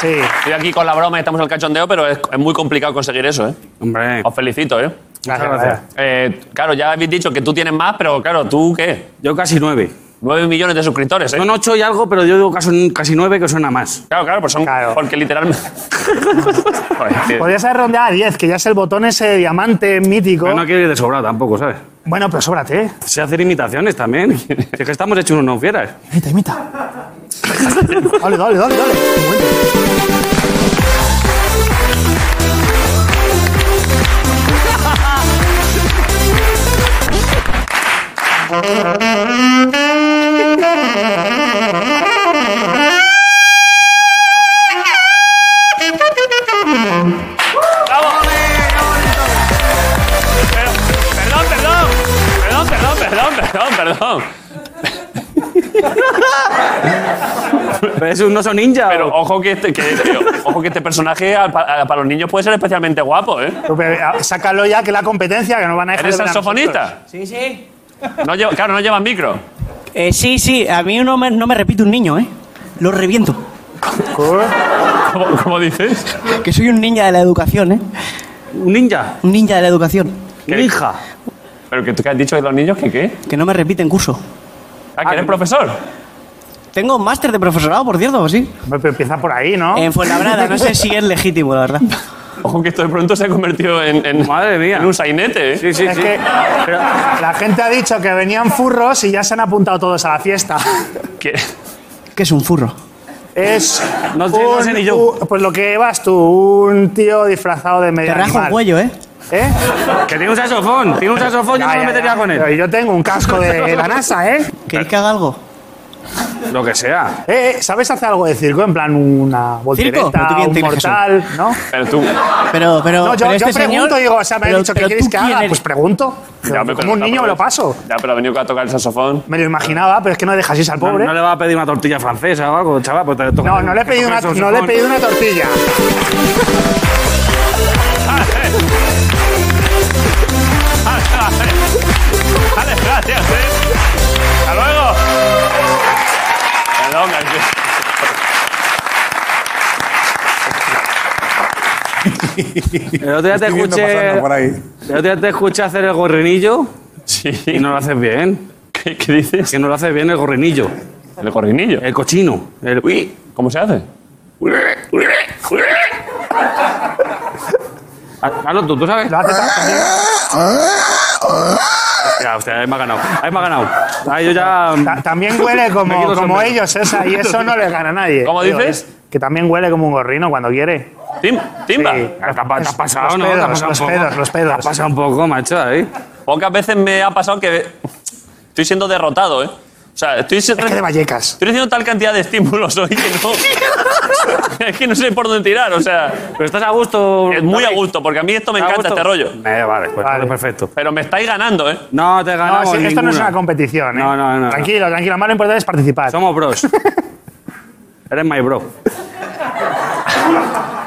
S10: Sí,
S2: Estoy aquí con la broma y estamos al cachondeo, pero es, es muy complicado conseguir eso, eh.
S8: Hombre.
S2: Os felicito, eh.
S8: gracias.
S10: gracias. gracias.
S2: Eh, Claro, ya habéis dicho que tú tienes más, pero claro, ¿tú qué?
S8: Yo casi nueve.
S2: 9 millones de suscriptores, eh.
S8: Son ocho y algo, pero yo digo casi, casi nueve que suena más.
S2: Claro, claro, pues son.
S10: Claro.
S2: Porque literalmente. Joder,
S8: Eh,
S2: tío.
S10: Podrías haber rondeado a 10, que ya es el botón ese de diamante mítico.
S8: Pero no quiero ir de sobrado tampoco, ¿sabes?
S10: Bueno, pero sóbrate.
S8: Sé hacer imitaciones también. Si es que estamos hechos unos no fieras.
S10: Imita, imita. dale, dale, dale, dale.
S2: Perdón, perdón, perdón, perdón, perdón, perdón, perdón.
S8: Pero esos no son ninjas.
S2: Pero ojo que este, que, que- ojo que este personaje al- pa- para los niños puede ser especialmente guapo, ¿eh?
S10: Pero, ah, Sácalo ya, que la competencia, que no van a dejar
S2: ¿Eres
S10: de ver a
S2: saxofonista?
S11: Sí, sí.
S2: No lleva- claro, no llevas micro.
S11: Eh, sí, sí, a mí no me, no me repite un niño, ¿eh? Lo reviento.
S2: ¿Cómo, cómo dices?
S11: Que soy un ninja de la educación, ¿eh?
S8: Un ninja.
S11: Un ninja de la educación.
S8: Ninja.
S2: ¿Pero que tú que has dicho de los niños que qué?
S11: Que no me repiten curso.
S2: Ah, que eres profesor.
S11: Tengo un máster de profesorado, por cierto, sí.
S10: nosotros. Hombre, Pero empieza por ahí, ¿no?
S11: En Fuenlabrada, no sé si es legítimo, la verdad.
S2: Ojo que esto de pronto se ha convertido en, en-
S8: Madre mía.
S2: en un sainete, ¿eh?
S8: Sí, sí,
S10: es
S8: sí.
S10: que pero la gente ha dicho que venían furros y ya se han apuntado todos a la fiesta.
S2: Que-
S11: Que es un furro.
S10: Es
S8: No sé- no sé
S10: un-
S8: ni yo.
S10: un- pues lo que vas tú, un tío disfrazado de medio
S11: Te rajo
S10: animal.
S11: un cuello, ¿eh?
S10: ¿Eh?
S8: Que tiene un saxofón. Tiene un saxofón, yo
S10: Ya,
S8: no me
S10: ya,
S8: metería
S10: ya.
S8: con
S10: Pero
S8: él.
S10: yo tengo un casco de la NASA, ¿eh?
S11: ¿Queréis que haga algo?
S8: Lo que sea.
S10: Eh, eh, ¿Sabes hacer algo de circo? En plan, una voltereta,
S11: ¿Pero tú quién
S10: un
S11: te crees que
S10: mortal, ¿no?
S2: Pero tú...
S11: Pero, pero,
S10: No, yo,
S11: pero
S10: yo
S11: este
S10: pregunto,
S11: señor-
S10: digo, o sea, me
S11: pero-
S10: han dicho, ¿qué
S11: pero
S10: quieres
S11: tú
S10: que
S11: quién
S10: haga?
S11: eres?
S10: Pues pregunto.
S2: Ya, pero-
S10: Como un
S2: pero
S10: niño me lo
S2: tampoco es-
S10: paso.
S2: Ya, pero ha venido a tocar el saxofón.
S10: Me lo imaginaba, pero es que no dejas ir al
S8: No,
S10: pobre.
S8: no le va a pedir una tortilla francesa o algo, chaval. Pues te toca-
S10: No, no le he
S8: te
S10: pedido
S8: toca
S10: una,
S8: el
S10: no le he
S8: saxofón.
S10: pedido una tortilla.
S2: Vale, gracias, ¿eh? ¡Hasta luego! Perdón, es
S8: El otro día te
S4: Estoy viendo
S8: escuché.
S4: pasando por ahí.
S8: El otro día te escuché hacer el gorrinillo
S2: que- Sí.
S8: y no lo haces bien.
S2: ¿Qué, qué dices?
S8: Que no lo haces bien el gorrinillo.
S2: El corrinillo.
S8: El cochino. El. Uy.
S2: ¿Cómo se hace?
S8: Haz- Hazlo Ah, tú, tú sabes.
S10: Lo hace tan-
S8: Hostia, hostia, ahí me ha ganado. Ahí me ha ganado. Ahí yo ya.
S10: ta- también huele
S8: Me quito
S10: como,
S8: el
S10: como
S8: sombrero.
S10: ellos, esa, y eso no le gana a nadie.
S2: ¿Cómo
S10: Digo,
S2: dices?
S10: es Que también huele como un gorrino cuando quiere.
S2: Tim- timba.
S10: Sí.
S8: Te has pa- te has pasado,
S10: Los
S8: ¿no? Te has
S10: pedos,
S8: pasado
S10: los
S8: un poco.
S10: pedos, los pedos.
S8: Te has pasado un poco, macho, ahí.
S2: Pocas veces me ha pasado que estoy siendo derrotado, ¿eh? O sea, estoy, se-
S10: Es que de Vallecas.
S2: estoy recibiendo tal cantidad de estímulos hoy que no. es que no sé por dónde tirar, o sea.
S8: Pero estás a
S10: Pues
S8: gusto.
S2: Es muy a
S8: David.
S2: gusto, porque a mí esto me
S8: ¿Estás a
S2: encanta,
S8: gusto?
S2: este rollo.
S8: Eh, vale, pues
S10: Vale.
S8: todo perfecto.
S2: Pero me estáis ganando, ¿eh?
S8: No te
S10: No,
S8: ganamos
S10: sí, esto no es
S8: ninguna.
S10: una competición. ¿eh?
S8: No, no, no, no.
S10: Tranquilo, tranquilo. Más lo importante es participar.
S8: Somos bros. Eres my bro.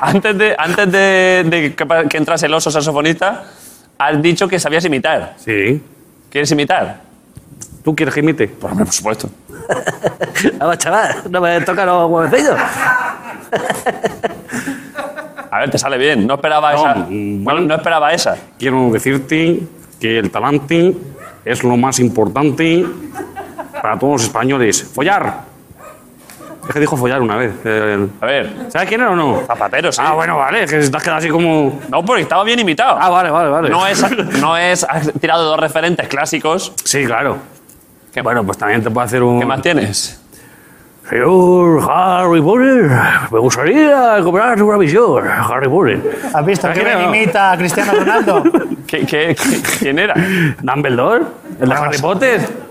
S2: Antes de, antes de, de que, pa- que entrase el oso saxofonista, has dicho que sabías imitar.
S8: Sí.
S2: ¿Quieres imitar?
S8: ¿Tú quieres que imite?
S2: Por, hombre, por supuesto.
S8: Vamos, chaval, no me toca los huevecillos.
S2: A ver, te sale bien. No esperaba
S8: No,
S2: esa.
S8: mm,
S2: No, no esperaba esa.
S8: Quiero decirte que el talante es lo más importante para todos los españoles. ¡Follar! Es que dijo follar una vez. eh,
S2: A ver,
S8: ¿Sabes quién era o no?
S2: zapatero, sí.
S8: Ah, bueno, vale, es que te has quedado así como...
S2: No, porque estaba bien imitado.
S8: Ah, vale, vale, vale.
S2: No es, no es, has tirado dos referentes clásicos.
S8: Sí, claro.
S2: ¿Qué-
S8: Bueno, pues también te puedo hacer un...
S2: ¿Qué más tienes?
S8: Señor Harry Potter, me gustaría comprar una visión, Harry Potter.
S10: ¿Has visto que
S8: Tranquilo,
S10: bien
S8: no.
S10: imita a Cristiano Ronaldo? Pues
S2: ¿Qué, qué- qué- quién era?
S8: ¿Dumbledore? ¿El de Harry Potter? Ah,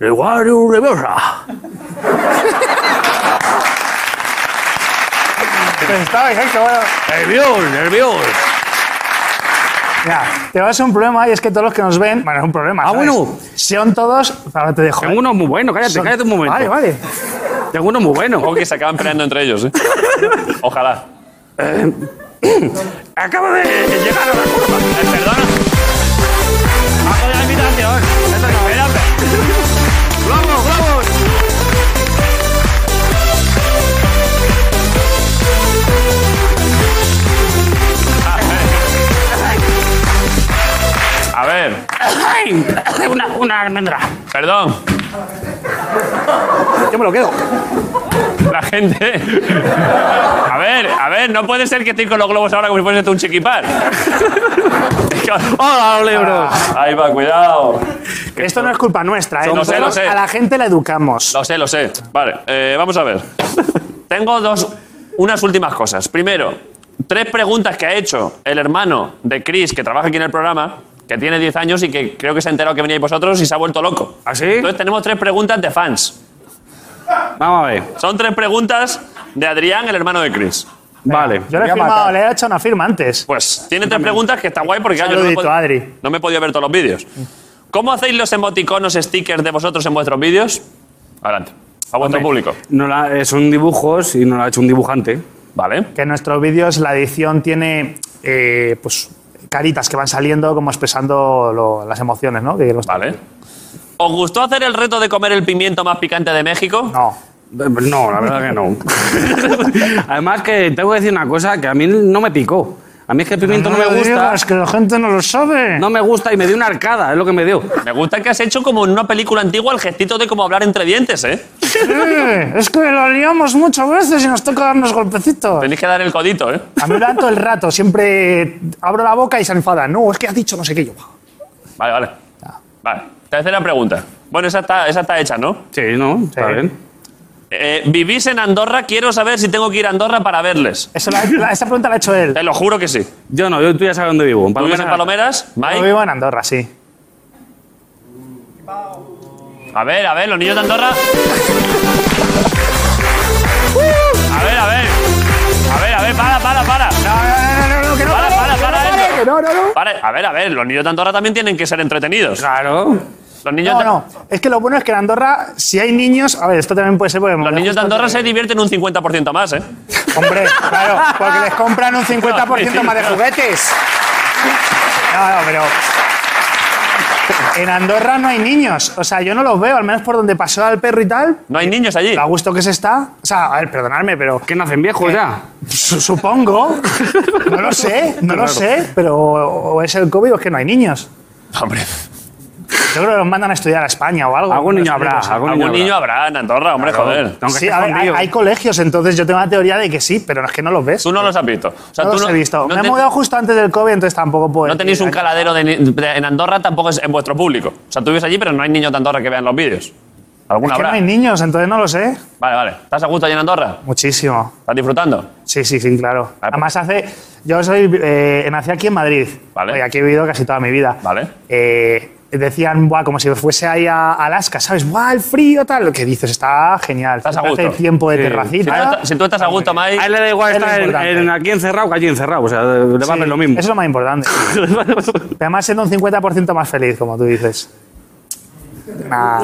S8: El Wario Reversa.
S10: Pues está bien, qué bueno.
S8: Nervión, nervión.
S10: Mira, te vas a un problema y es que todos los que nos ven. Bueno, es un problema.
S8: Ah,
S10: ¿sabes?
S8: bueno.
S10: Son todos. Ahora te dejo. ¿eh?
S8: Tengo uno muy bueno, cállate,
S10: Son-
S8: cállate un momento.
S10: Vale, vale.
S8: Tengo uno muy bueno.
S2: O que se acaban peleando entre ellos, ¿eh? Ojalá.
S8: Eh, Acabo de llegar a la curva. Eh, Perdona. Bajo de la habitación. Espérate. ¡Vamos, vamos!
S2: A ver,
S8: Ay, Una, una almendra.
S2: perdón.
S10: Yo me lo quedo.
S2: La gente. A ver, a ver, no puede ser que estéis con los globos ahora como si fuese tú un chiquipar. Es que-
S8: ¡Hola, los libros!
S2: Ahí va, cuidado.
S10: Esto no es culpa nuestra, ¿eh?
S2: Lo sé, lo
S10: Nosotros
S2: sé.
S10: a la gente la educamos.
S2: Lo sé, lo sé. Vale, eh, vamos a ver. Tengo dos, unas últimas cosas. Primero, tres preguntas que ha hecho el hermano de Chris, que trabaja aquí en el programa, que tiene 10 años y que creo que se ha enterado que veníais vosotros y se ha vuelto loco.
S8: ¿Ah, sí?
S2: Entonces tenemos tres preguntas de fans.
S8: Vamos a ver.
S2: Son tres preguntas de Adrián, el hermano de Chris.
S8: Vale.
S10: Yo le
S4: Voy
S10: he
S4: a
S10: firmado,
S4: matar.
S10: le he hecho una firma antes.
S2: Pues tiene tres preguntas que está guay porque claro, yo no me,
S10: Saludito,
S2: pod-
S10: Adri.
S2: no me he podido ver todos los vídeos. ¿Cómo hacéis los emoticonos stickers de vosotros en vuestros vídeos? Adelante. A vuestro público.
S8: No la- eh, son dibujos y no lo ha hecho un dibujante.
S2: Vale.
S10: Que en nuestros vídeos la edición tiene eh, pues caritas que van saliendo como expresando lo- las emociones, ¿no? Que los-
S2: Vale. ¿Os gustó hacer el reto de comer el pimiento más picante de México?
S10: No.
S8: No, la verdad que no. Además que tengo que decir una cosa que a mí no me picó. A mí es que el pimiento no, me gusta.
S10: Es que la gente no lo sabe.
S8: No me gusta y me dio una arcada, es lo que me dio.
S2: Me gusta que has hecho como en una película antigua el gestito de cómo hablar entre dientes, ¿eh?
S10: Sí, es que lo liamos muchas veces y nos toca darnos golpecitos.
S2: Tenéis que dar el codito, ¿eh?
S10: A mí me dan todo el rato, siempre abro la boca y se enfadan. No, es que has dicho no sé qué yo.
S2: Vale, vale. Vale. Tercera pregunta. Bueno, esa está, esa está hecha, ¿no?
S8: Sí, no, está bien.
S2: Eh, ¿Vivís en Andorra? Quiero saber si tengo que ir a Andorra para verles.
S10: Eso la- la- esa pregunta la ha hecho él.
S2: Te lo juro que sí. ¿Tú
S8: Yo no, yo, tú ya sabes dónde vivo. en
S2: vives en
S8: Palomera.
S2: Palomeras?
S10: Yo
S2: Mike.
S10: vivo en Andorra, sí.
S2: A ver, a ver, los niños de Andorra. A ver, a ver. A ver, a ver, para, para, para. Para, para, para, Enzo.
S10: No, no, no.
S2: Para, a ver, a ver, los niños de Andorra también tienen que ser entretenidos.
S8: Claro.
S2: Los niños,
S10: No,
S2: de,
S10: no. Es que lo bueno es que en Andorra, si hay niños. A ver, esto también puede ser. porque-
S2: los niños de Andorra se divierten un 50% más, ¿eh?
S10: Hombre, claro, porque les compran un 50% más de juguetes. No, no, pero. En Andorra no hay niños. O sea, yo no los veo, al menos por donde pasó al perro y tal.
S2: No hay niños allí.
S10: Lo a gusto que se está. O sea, a ver, perdonadme, pero.
S8: Que nacen viejos ya.
S10: su- Supongo. No lo sé, no lo sé, pero. O es el COVID o es que no hay niños.
S2: Hombre,
S10: Yo creo que los mandan a estudiar a España o algo.
S8: Algún niño
S10: No
S8: habrá,
S10: sé.
S8: algún,
S2: algún niño
S8: niño habrá.
S2: habrá en Andorra, hombre, joder.
S8: Aunque
S10: Sí,
S8: esté
S10: a ver, hay,
S8: escondido.
S10: hay colegios, entonces yo tengo la teoría de que sí, pero es que no los ves.
S2: Tú no los has visto. O sea,
S10: no
S2: tú
S10: los he visto.
S2: no
S10: Me he
S2: te-
S10: mudado eh, justo antes del COVID, entonces tampoco puedo.
S2: no tenéis
S10: decir.
S2: un caladero de ni- de- en Andorra, tampoco es en vuestro público. O sea, tú vives allí, pero no hay niños de Andorra que vean los vídeos.
S10: Es
S2: Alguna
S10: que no
S2: habrá.
S10: hay niños, entonces no lo sé.
S2: Vale, vale. ¿Estás a gusto allí en Andorra?
S10: Muchísimo.
S2: ¿Estás disfrutando?
S10: Sí, sí, sí, claro.
S2: Ah,
S10: Además hace... Yo soy... eh, nací aquí en Madrid.
S2: Vale.
S10: Y aquí he vivido casi toda mi vida.
S2: Vale.
S10: Eh, decían, buah, como si fuese ahí a Alaska, ¿sabes? Buah, el frío, tal. Lo que dices, está genial.
S2: Estás a
S10: Hace
S2: gusto.
S10: tiempo de
S8: Sí.
S2: Si tú,
S10: terracita.
S2: estás- si tú estás a gusto, Mike,
S8: A él le da igual
S10: Es lo
S8: estar en-
S10: importante.
S8: en aquí encerrado que allí encerrado. O sea, le va a
S10: Sí,
S8: ver lo mismo.
S10: Eso es lo más importante. Pero Además, siendo un 50% más feliz, como tú dices. Nah,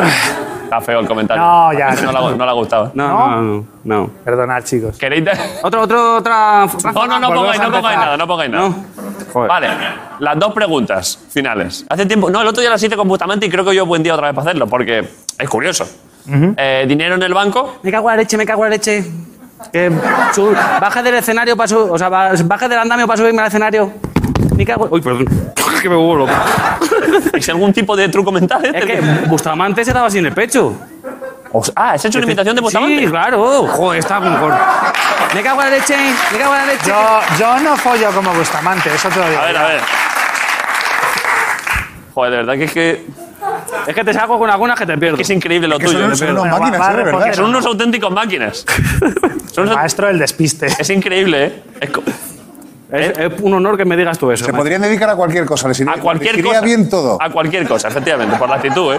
S2: está feo el comentario.
S10: No, ya.
S2: No le ha, no le ha gustado.
S8: No,
S10: ¿No?
S8: no, no. no.
S10: perdonad, chicos.
S2: ¿Queréis de-
S8: Otro, otro, otra. frase?
S2: No, no, no
S8: Volvemos
S2: pongáis,
S8: a
S2: no pongáis
S8: empezar.
S2: nada, no pongáis nada.
S8: No. Joder.
S2: Vale, las dos preguntas finales. Hace tiempo, no, el otro día las hice completamente y creo que hoy es buen día otra vez para hacerlo, porque es curioso. Eh, dinero en el banco,
S8: Me cago en la leche, me cago en la leche. Que su- baja del escenario para subir. O sea, ba- baja del andamio para subirme al escenario. Me cago. Uy, perdón. que me vuelvo loco.
S2: ¿es algún tipo de truco mental?
S8: Es que Bustamante se daba así en el pecho.
S2: Os- Ah, ¿has hecho una imitación de Bustamante?
S8: Sí, claro. Joder, está con con- Me cago en la leche, me cago en la leche.
S10: Yo, yo no follo como Bustamante, eso te lo digo.
S2: A ver, a ver. Joder, de verdad que es que,
S8: Es que te saco con algunas que te pierdo.
S2: que es increíble lo
S4: Que
S2: tuyo.
S4: son,
S2: de
S4: son
S2: verdad.
S4: unas
S10: Bueno,
S4: máquinas,
S10: va-
S4: ¿eh?
S10: va
S4: ¿De verdad?
S10: porque
S2: Son unos auténticos máquinas. Son unos-
S10: Maestro del despiste.
S2: es increíble, ¿eh? Es co-
S8: Es, es un honor que me digas tú eso.
S4: Se
S8: macho.
S4: podrían dedicar a cualquier cosa. Les iría,
S2: A cualquier
S4: les iría
S2: cosa. Ah,
S4: bien todo.
S2: A cualquier cosa, efectivamente, por la actitud, ¿eh?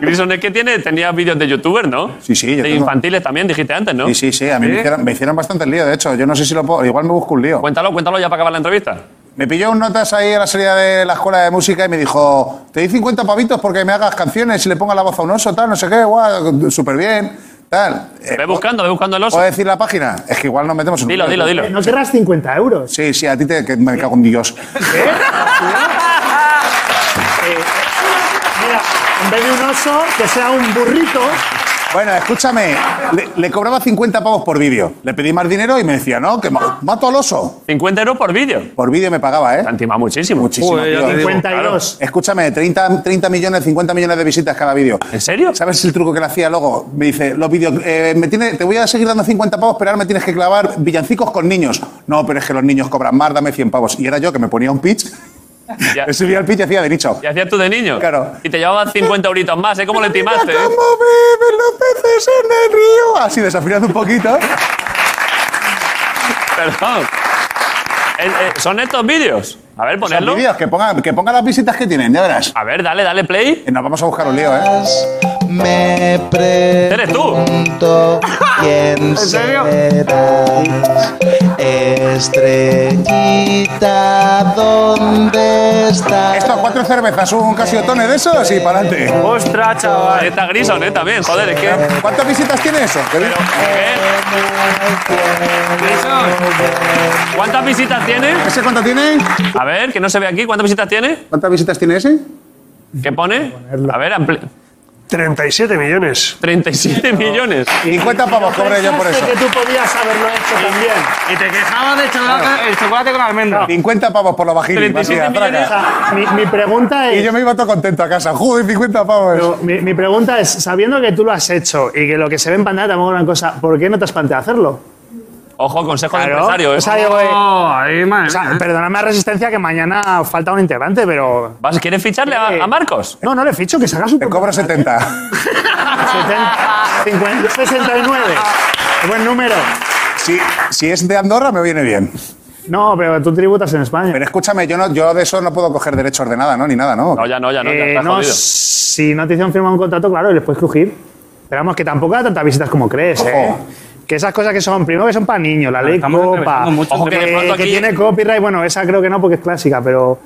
S2: Grison, es que tiene, tenía vídeos de youtuber, ¿no?
S4: Sí, sí, yo
S2: De
S4: tengo.
S2: infantiles también, dijiste antes, ¿no?
S4: Sí, sí, sí. A mí me, hicieron, me hicieron bastante lío, de hecho. Yo no sé si lo puedo... Igual me busco un lío.
S2: Cuéntalo, cuéntalo ya para acabar la entrevista.
S4: Me pilló un notas ahí a la salida de la escuela de música y me dijo, te doy 50 pavitos porque me hagas canciones y le ponga la voz a un oso, tal, no sé qué, guau, súper bien, tal. Eh, pues,
S2: Ve buscando, ve buscando el oso.
S4: ¿Puedo decir la página? Es que igual nos metemos en un
S2: Dilo,
S4: lío.
S2: dilo, dilo.
S10: No querrás 50 euros.
S4: Sí, sí, a ti te que me cago en Dios.
S10: Mira, en vez de un oso, que sea un burrito.
S4: Bueno, escúchame, le, le cobraba 50 pavos por vídeo. Le pedí más dinero y me decía, no, que ma- mato al oso.
S2: 50 euros por vídeo.
S4: Por vídeo me pagaba, ¿eh?
S2: Te han timado muchísimo.
S4: Muchísimo,
S8: Joder, ya
S4: tío.
S8: te digo.
S10: 52.
S4: Escúchame, 30, 30 millones, 50 millones de visitas cada vídeo.
S2: ¿En serio?
S4: ¿Sabes el truco que le hacía luego? Me dice, los vídeos, eh, me tiene, te voy a seguir dando 50 pavos, pero ahora me tienes que clavar villancicos con niños. No, pero es que los niños cobran más, dame 100 pavos. Y era yo que me ponía un pitch,
S2: Ya,
S4: me subía al pitch y hacía de nicho.
S2: y hacías tú de niño.
S4: Claro.
S2: Y te llevaban 50 euritos más, ¿eh? ¿Cómo le timaste?
S4: Mira
S2: eh?
S4: cómo viven los peces en el río. Así, desafinando un poquito.
S2: Perdón. Eh, eh, ¿Son estos vídeos? A ver,
S4: Son
S2: ponerlo.
S4: vídeos, que pongan que ponga las visitas que tienen, ya verás.
S2: A ver, dale, dale play.
S4: Eh, Nos vamos a buscar un lío, ¿eh?
S12: Me pregunto quién serás. Estrellita, ¿dónde estás?
S4: Estas cuatro cervezas, un casiotone de esos y para adelante.
S2: Ostras, chaval. Neta gris o neta bien, ¿eh? joder, es que.
S4: ¿Cuántas visitas tiene eso? Que-
S2: ¿Cuántas visitas tiene?
S4: ¿Ese cuánto tiene?
S2: A ver, que no se ve aquí. ¿Cuántas visitas tiene?
S4: ¿Cuántas visitas tiene ese?
S2: ¿Qué pone? A ver, ampli-
S5: 37 millones.
S2: 37 millones.
S4: 50 pavos cobré yo por eso.
S10: que tú podías haberlo hecho también.
S6: Y te quejabas de chocolate, el chocolate con almendra.
S4: 50 pavos por la vagina.
S10: 37 millones. Mi, mi pregunta
S4: Y
S10: es.
S4: yo me iba todo contento a casa. Joder, 50 pavos.
S10: pero mi, mi pregunta es, sabiendo que tú lo has hecho y que lo que se ve en pantalla tampoco es gran cosa, ¿por qué no te has planteado hacerlo?
S2: Ojo, consejo de
S10: Claro.
S2: empresario, ¿eh?
S10: O sea, digo, eh,
S8: ahí, madre
S10: o sea,
S8: mía, ¿eh?
S10: perdóname la resistencia que mañana falta un integrante, pero...
S2: ¿Vas- ¿Quieres ficharle a, a Marcos?
S10: No, no le ficho, que se haga su...
S4: Te cobro 70.
S10: 70, 50, 69. Buen número.
S4: Si, si es de Andorra, me viene bien.
S10: No, pero tú tributas en España.
S4: Pero escúchame, yo, no, yo de eso no puedo coger derechos de nada, ¿no? Ni nada, ¿no?
S2: No, ya Ah, no, ya no. ya
S10: Eh,
S2: está
S10: no,
S2: jodido.
S10: si no te hicieron firmar un contrato, claro, y les puedes crujir. Pero vamos, que tampoco da tantas visitas como crees, ¿eh?
S4: Ojo.
S10: Que esas cosas que son, primero que son para niños, la ley
S8: estamos
S10: copa,
S8: entrevistando mucho,
S10: Ojo, que,
S2: de pronto
S10: que
S2: aquí-
S10: tiene copyright, bueno, esa creo que no porque es clásica, pero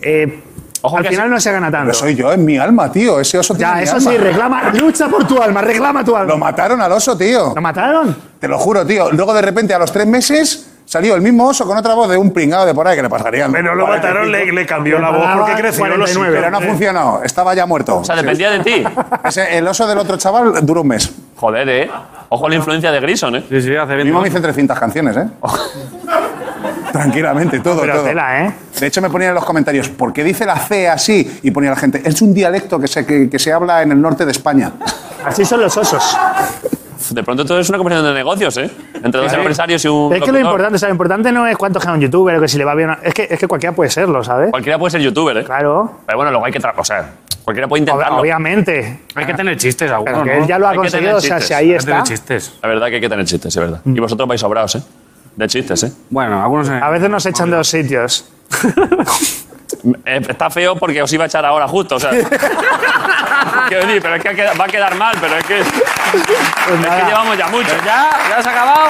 S10: eh,
S2: Ojo
S10: al
S2: que
S10: final
S2: así-
S10: no se gana tanto.
S4: Pero soy yo, es mi alma, tío. Ese oso tiene
S10: ya,
S4: mi
S10: eso
S4: alma.
S10: sí, reclama, lucha por tu alma, reclama tu alma.
S4: Lo mataron al oso, tío.
S10: ¿Lo mataron?
S4: Te lo juro, tío. Luego de repente, a los tres meses, salió el mismo oso con otra voz de un pringado de por ahí que le pasaría.
S5: Bueno, lo mataron, le, le cambió la voz porque creció. Lo sí,
S10: 49,
S4: Pero no funcionó, estaba ya muerto.
S2: O sea, dependía de ti.
S4: Ese- el oso del otro chaval duró un mes.
S2: Joder, eh. Ojo a la influencia de Grison, eh.
S8: Sí, sí, hace bien.
S4: Mismo me hice 300 canciones, ¿eh?
S2: Oh.
S4: Tranquilamente, todo,
S10: Pero
S4: todo.
S10: tela, ¿eh?
S4: De hecho, me ponían en los comentarios, ¿por qué dice la C así? Y ponía la gente, es un dialecto que se, que, que se habla en el norte de España.
S10: Así son los osos.
S2: De pronto todo es una conversación de negocios, eh. Entre dos empresarios y un.
S10: Es que lo
S2: locutor.
S10: importante, o sea, lo importante no es cuánto gana un youtuber o que si le va bien. a- Es que, es que cualquiera puede serlo, ¿sabes?
S2: Cualquiera puede ser youtuber, eh.
S10: Claro,
S2: Pero bueno, luego hay que tra- O sea, cualquiera puede
S10: ob-
S2: intentarlo.
S10: obviamente.
S8: Hay que tener chistes
S10: Pero
S8: algunos,
S10: que
S8: ¿no?
S10: él ya lo ha
S2: Hay que tener
S10: conseguido, o sea, si
S2: chistes,
S10: ahí
S8: Hay que tener
S10: está.
S8: chistes.
S2: La verdad que hay que tener chistes, es verdad.
S8: Mm.
S2: Y vosotros vais sobrados, eh. De chistes, eh.
S8: Bueno, algunos... eh,
S10: A veces nos echan de los sitios.
S2: Eh, Está feo porque os iba a echar ahora justo, o sea. Quiero decir, pero es que ha queda- va a quedar mal, pero es que.
S10: Pues
S2: es que llevamos ya mucho.
S8: Ya, ya se ha acabado.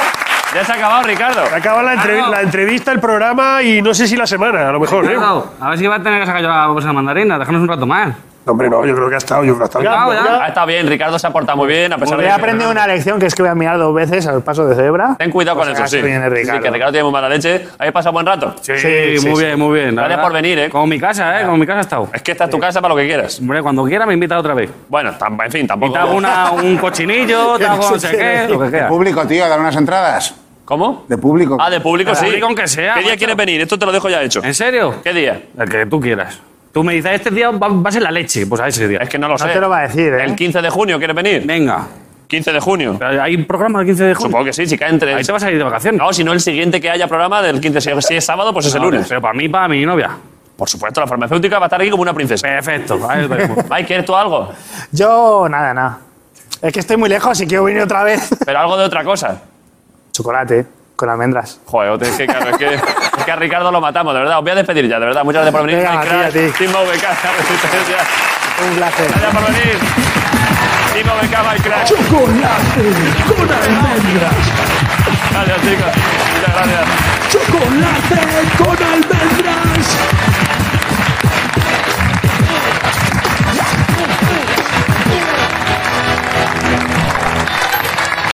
S2: Ya se ha acabado, Ricardo.
S5: Acaba la, entrevi- la entrevista, el programa y no sé si la semana, a lo mejor, ¿eh?
S8: Cuidado, A ver si va a tener que sacar yo la bolsa de mandarina. Déjanos un rato más.
S5: No, hombre, no, yo creo que ha estado, yo creo que ha estado.
S8: Cuidado, ya.
S2: Ah, está bien, Ricardo se ha portado muy bien, a
S8: Pues
S2: pesar
S10: He
S2: de que...
S10: Pues aprendido una lección que es que voy a mirar dos veces al paso de cebra.
S2: Ten cuidado con
S10: Pues
S2: eso,
S10: acaso
S2: sí.
S10: viene
S2: Sí, sí,
S10: Ricardo.
S2: que Ricardo tiene muy mala leche. ¿Habéis pasado buen rato?
S8: Sí,
S10: sí,
S8: muy
S10: sí.
S8: bien, muy bien. la
S2: Gracias
S8: verdad.
S2: por venir, ¿eh?
S8: Como mi casa, ¿eh? Como mi casa ha estado.
S2: Es que esta es tu casa para lo que quieras.
S8: Hombre, cuando quiera me invita otra vez.
S2: Bueno, tam- en fin,
S8: Y
S2: tampoco...
S8: te hago una- un cochinillo, te hago no sé qué, lo que
S4: De
S8: quiera.
S4: público, tío, dar unas entradas.
S2: ¿Cómo?
S4: De público.
S2: Ah, de público, sí.
S8: público aunque sea,
S2: ¿Qué día
S8: macho.
S2: quieres venir? Esto te lo dejo ya hecho.
S8: ¿En serio?
S2: ¿Qué día?
S8: El que tú quieras. Tú me dices, este día va, va a ser la leche. Pues a ese día.
S2: Es que no lo
S10: No
S2: sé.
S10: te lo va a decir, ¿eh?
S2: ¿El 15 de junio quieres venir?
S8: Venga.
S2: 15 de junio.
S8: Pero ¿Hay un programa el 15 de junio?
S2: Supongo que sí, si cae entre...
S8: Ahí te vas a ir de vacaciones.
S2: No, si no el siguiente que haya programa del 15 de Si es sábado, pues es el
S8: No,
S2: lunes.
S8: Pero para mí, para mi novia.
S2: Por supuesto, la farmacéutica va a estar aquí como una princesa.
S8: Perfecto. ahí lo tenemos.
S2: Mike, ¿quieres tú algo?
S10: Yo, nada, nada. Es que estoy muy lejos y quiero venir otra vez.
S2: Pero algo de otra cosa.
S10: Chocolate con almendras.
S2: Joder, es que, claro, es que, es que a Ricardo lo matamos, de verdad. Os voy a despedir ya, de verdad. Muchas gracias por venir.
S10: Venga,
S2: Mike
S10: a ti, a
S2: Crack,
S10: ti.
S2: Team VK, Resistencia.
S10: Un placer.
S2: Gracias por venir. Team VK, Mike Crack.
S1: Chocolate con almendras.
S2: Gracias, chicos. Muchas gracias.
S1: Chocolate con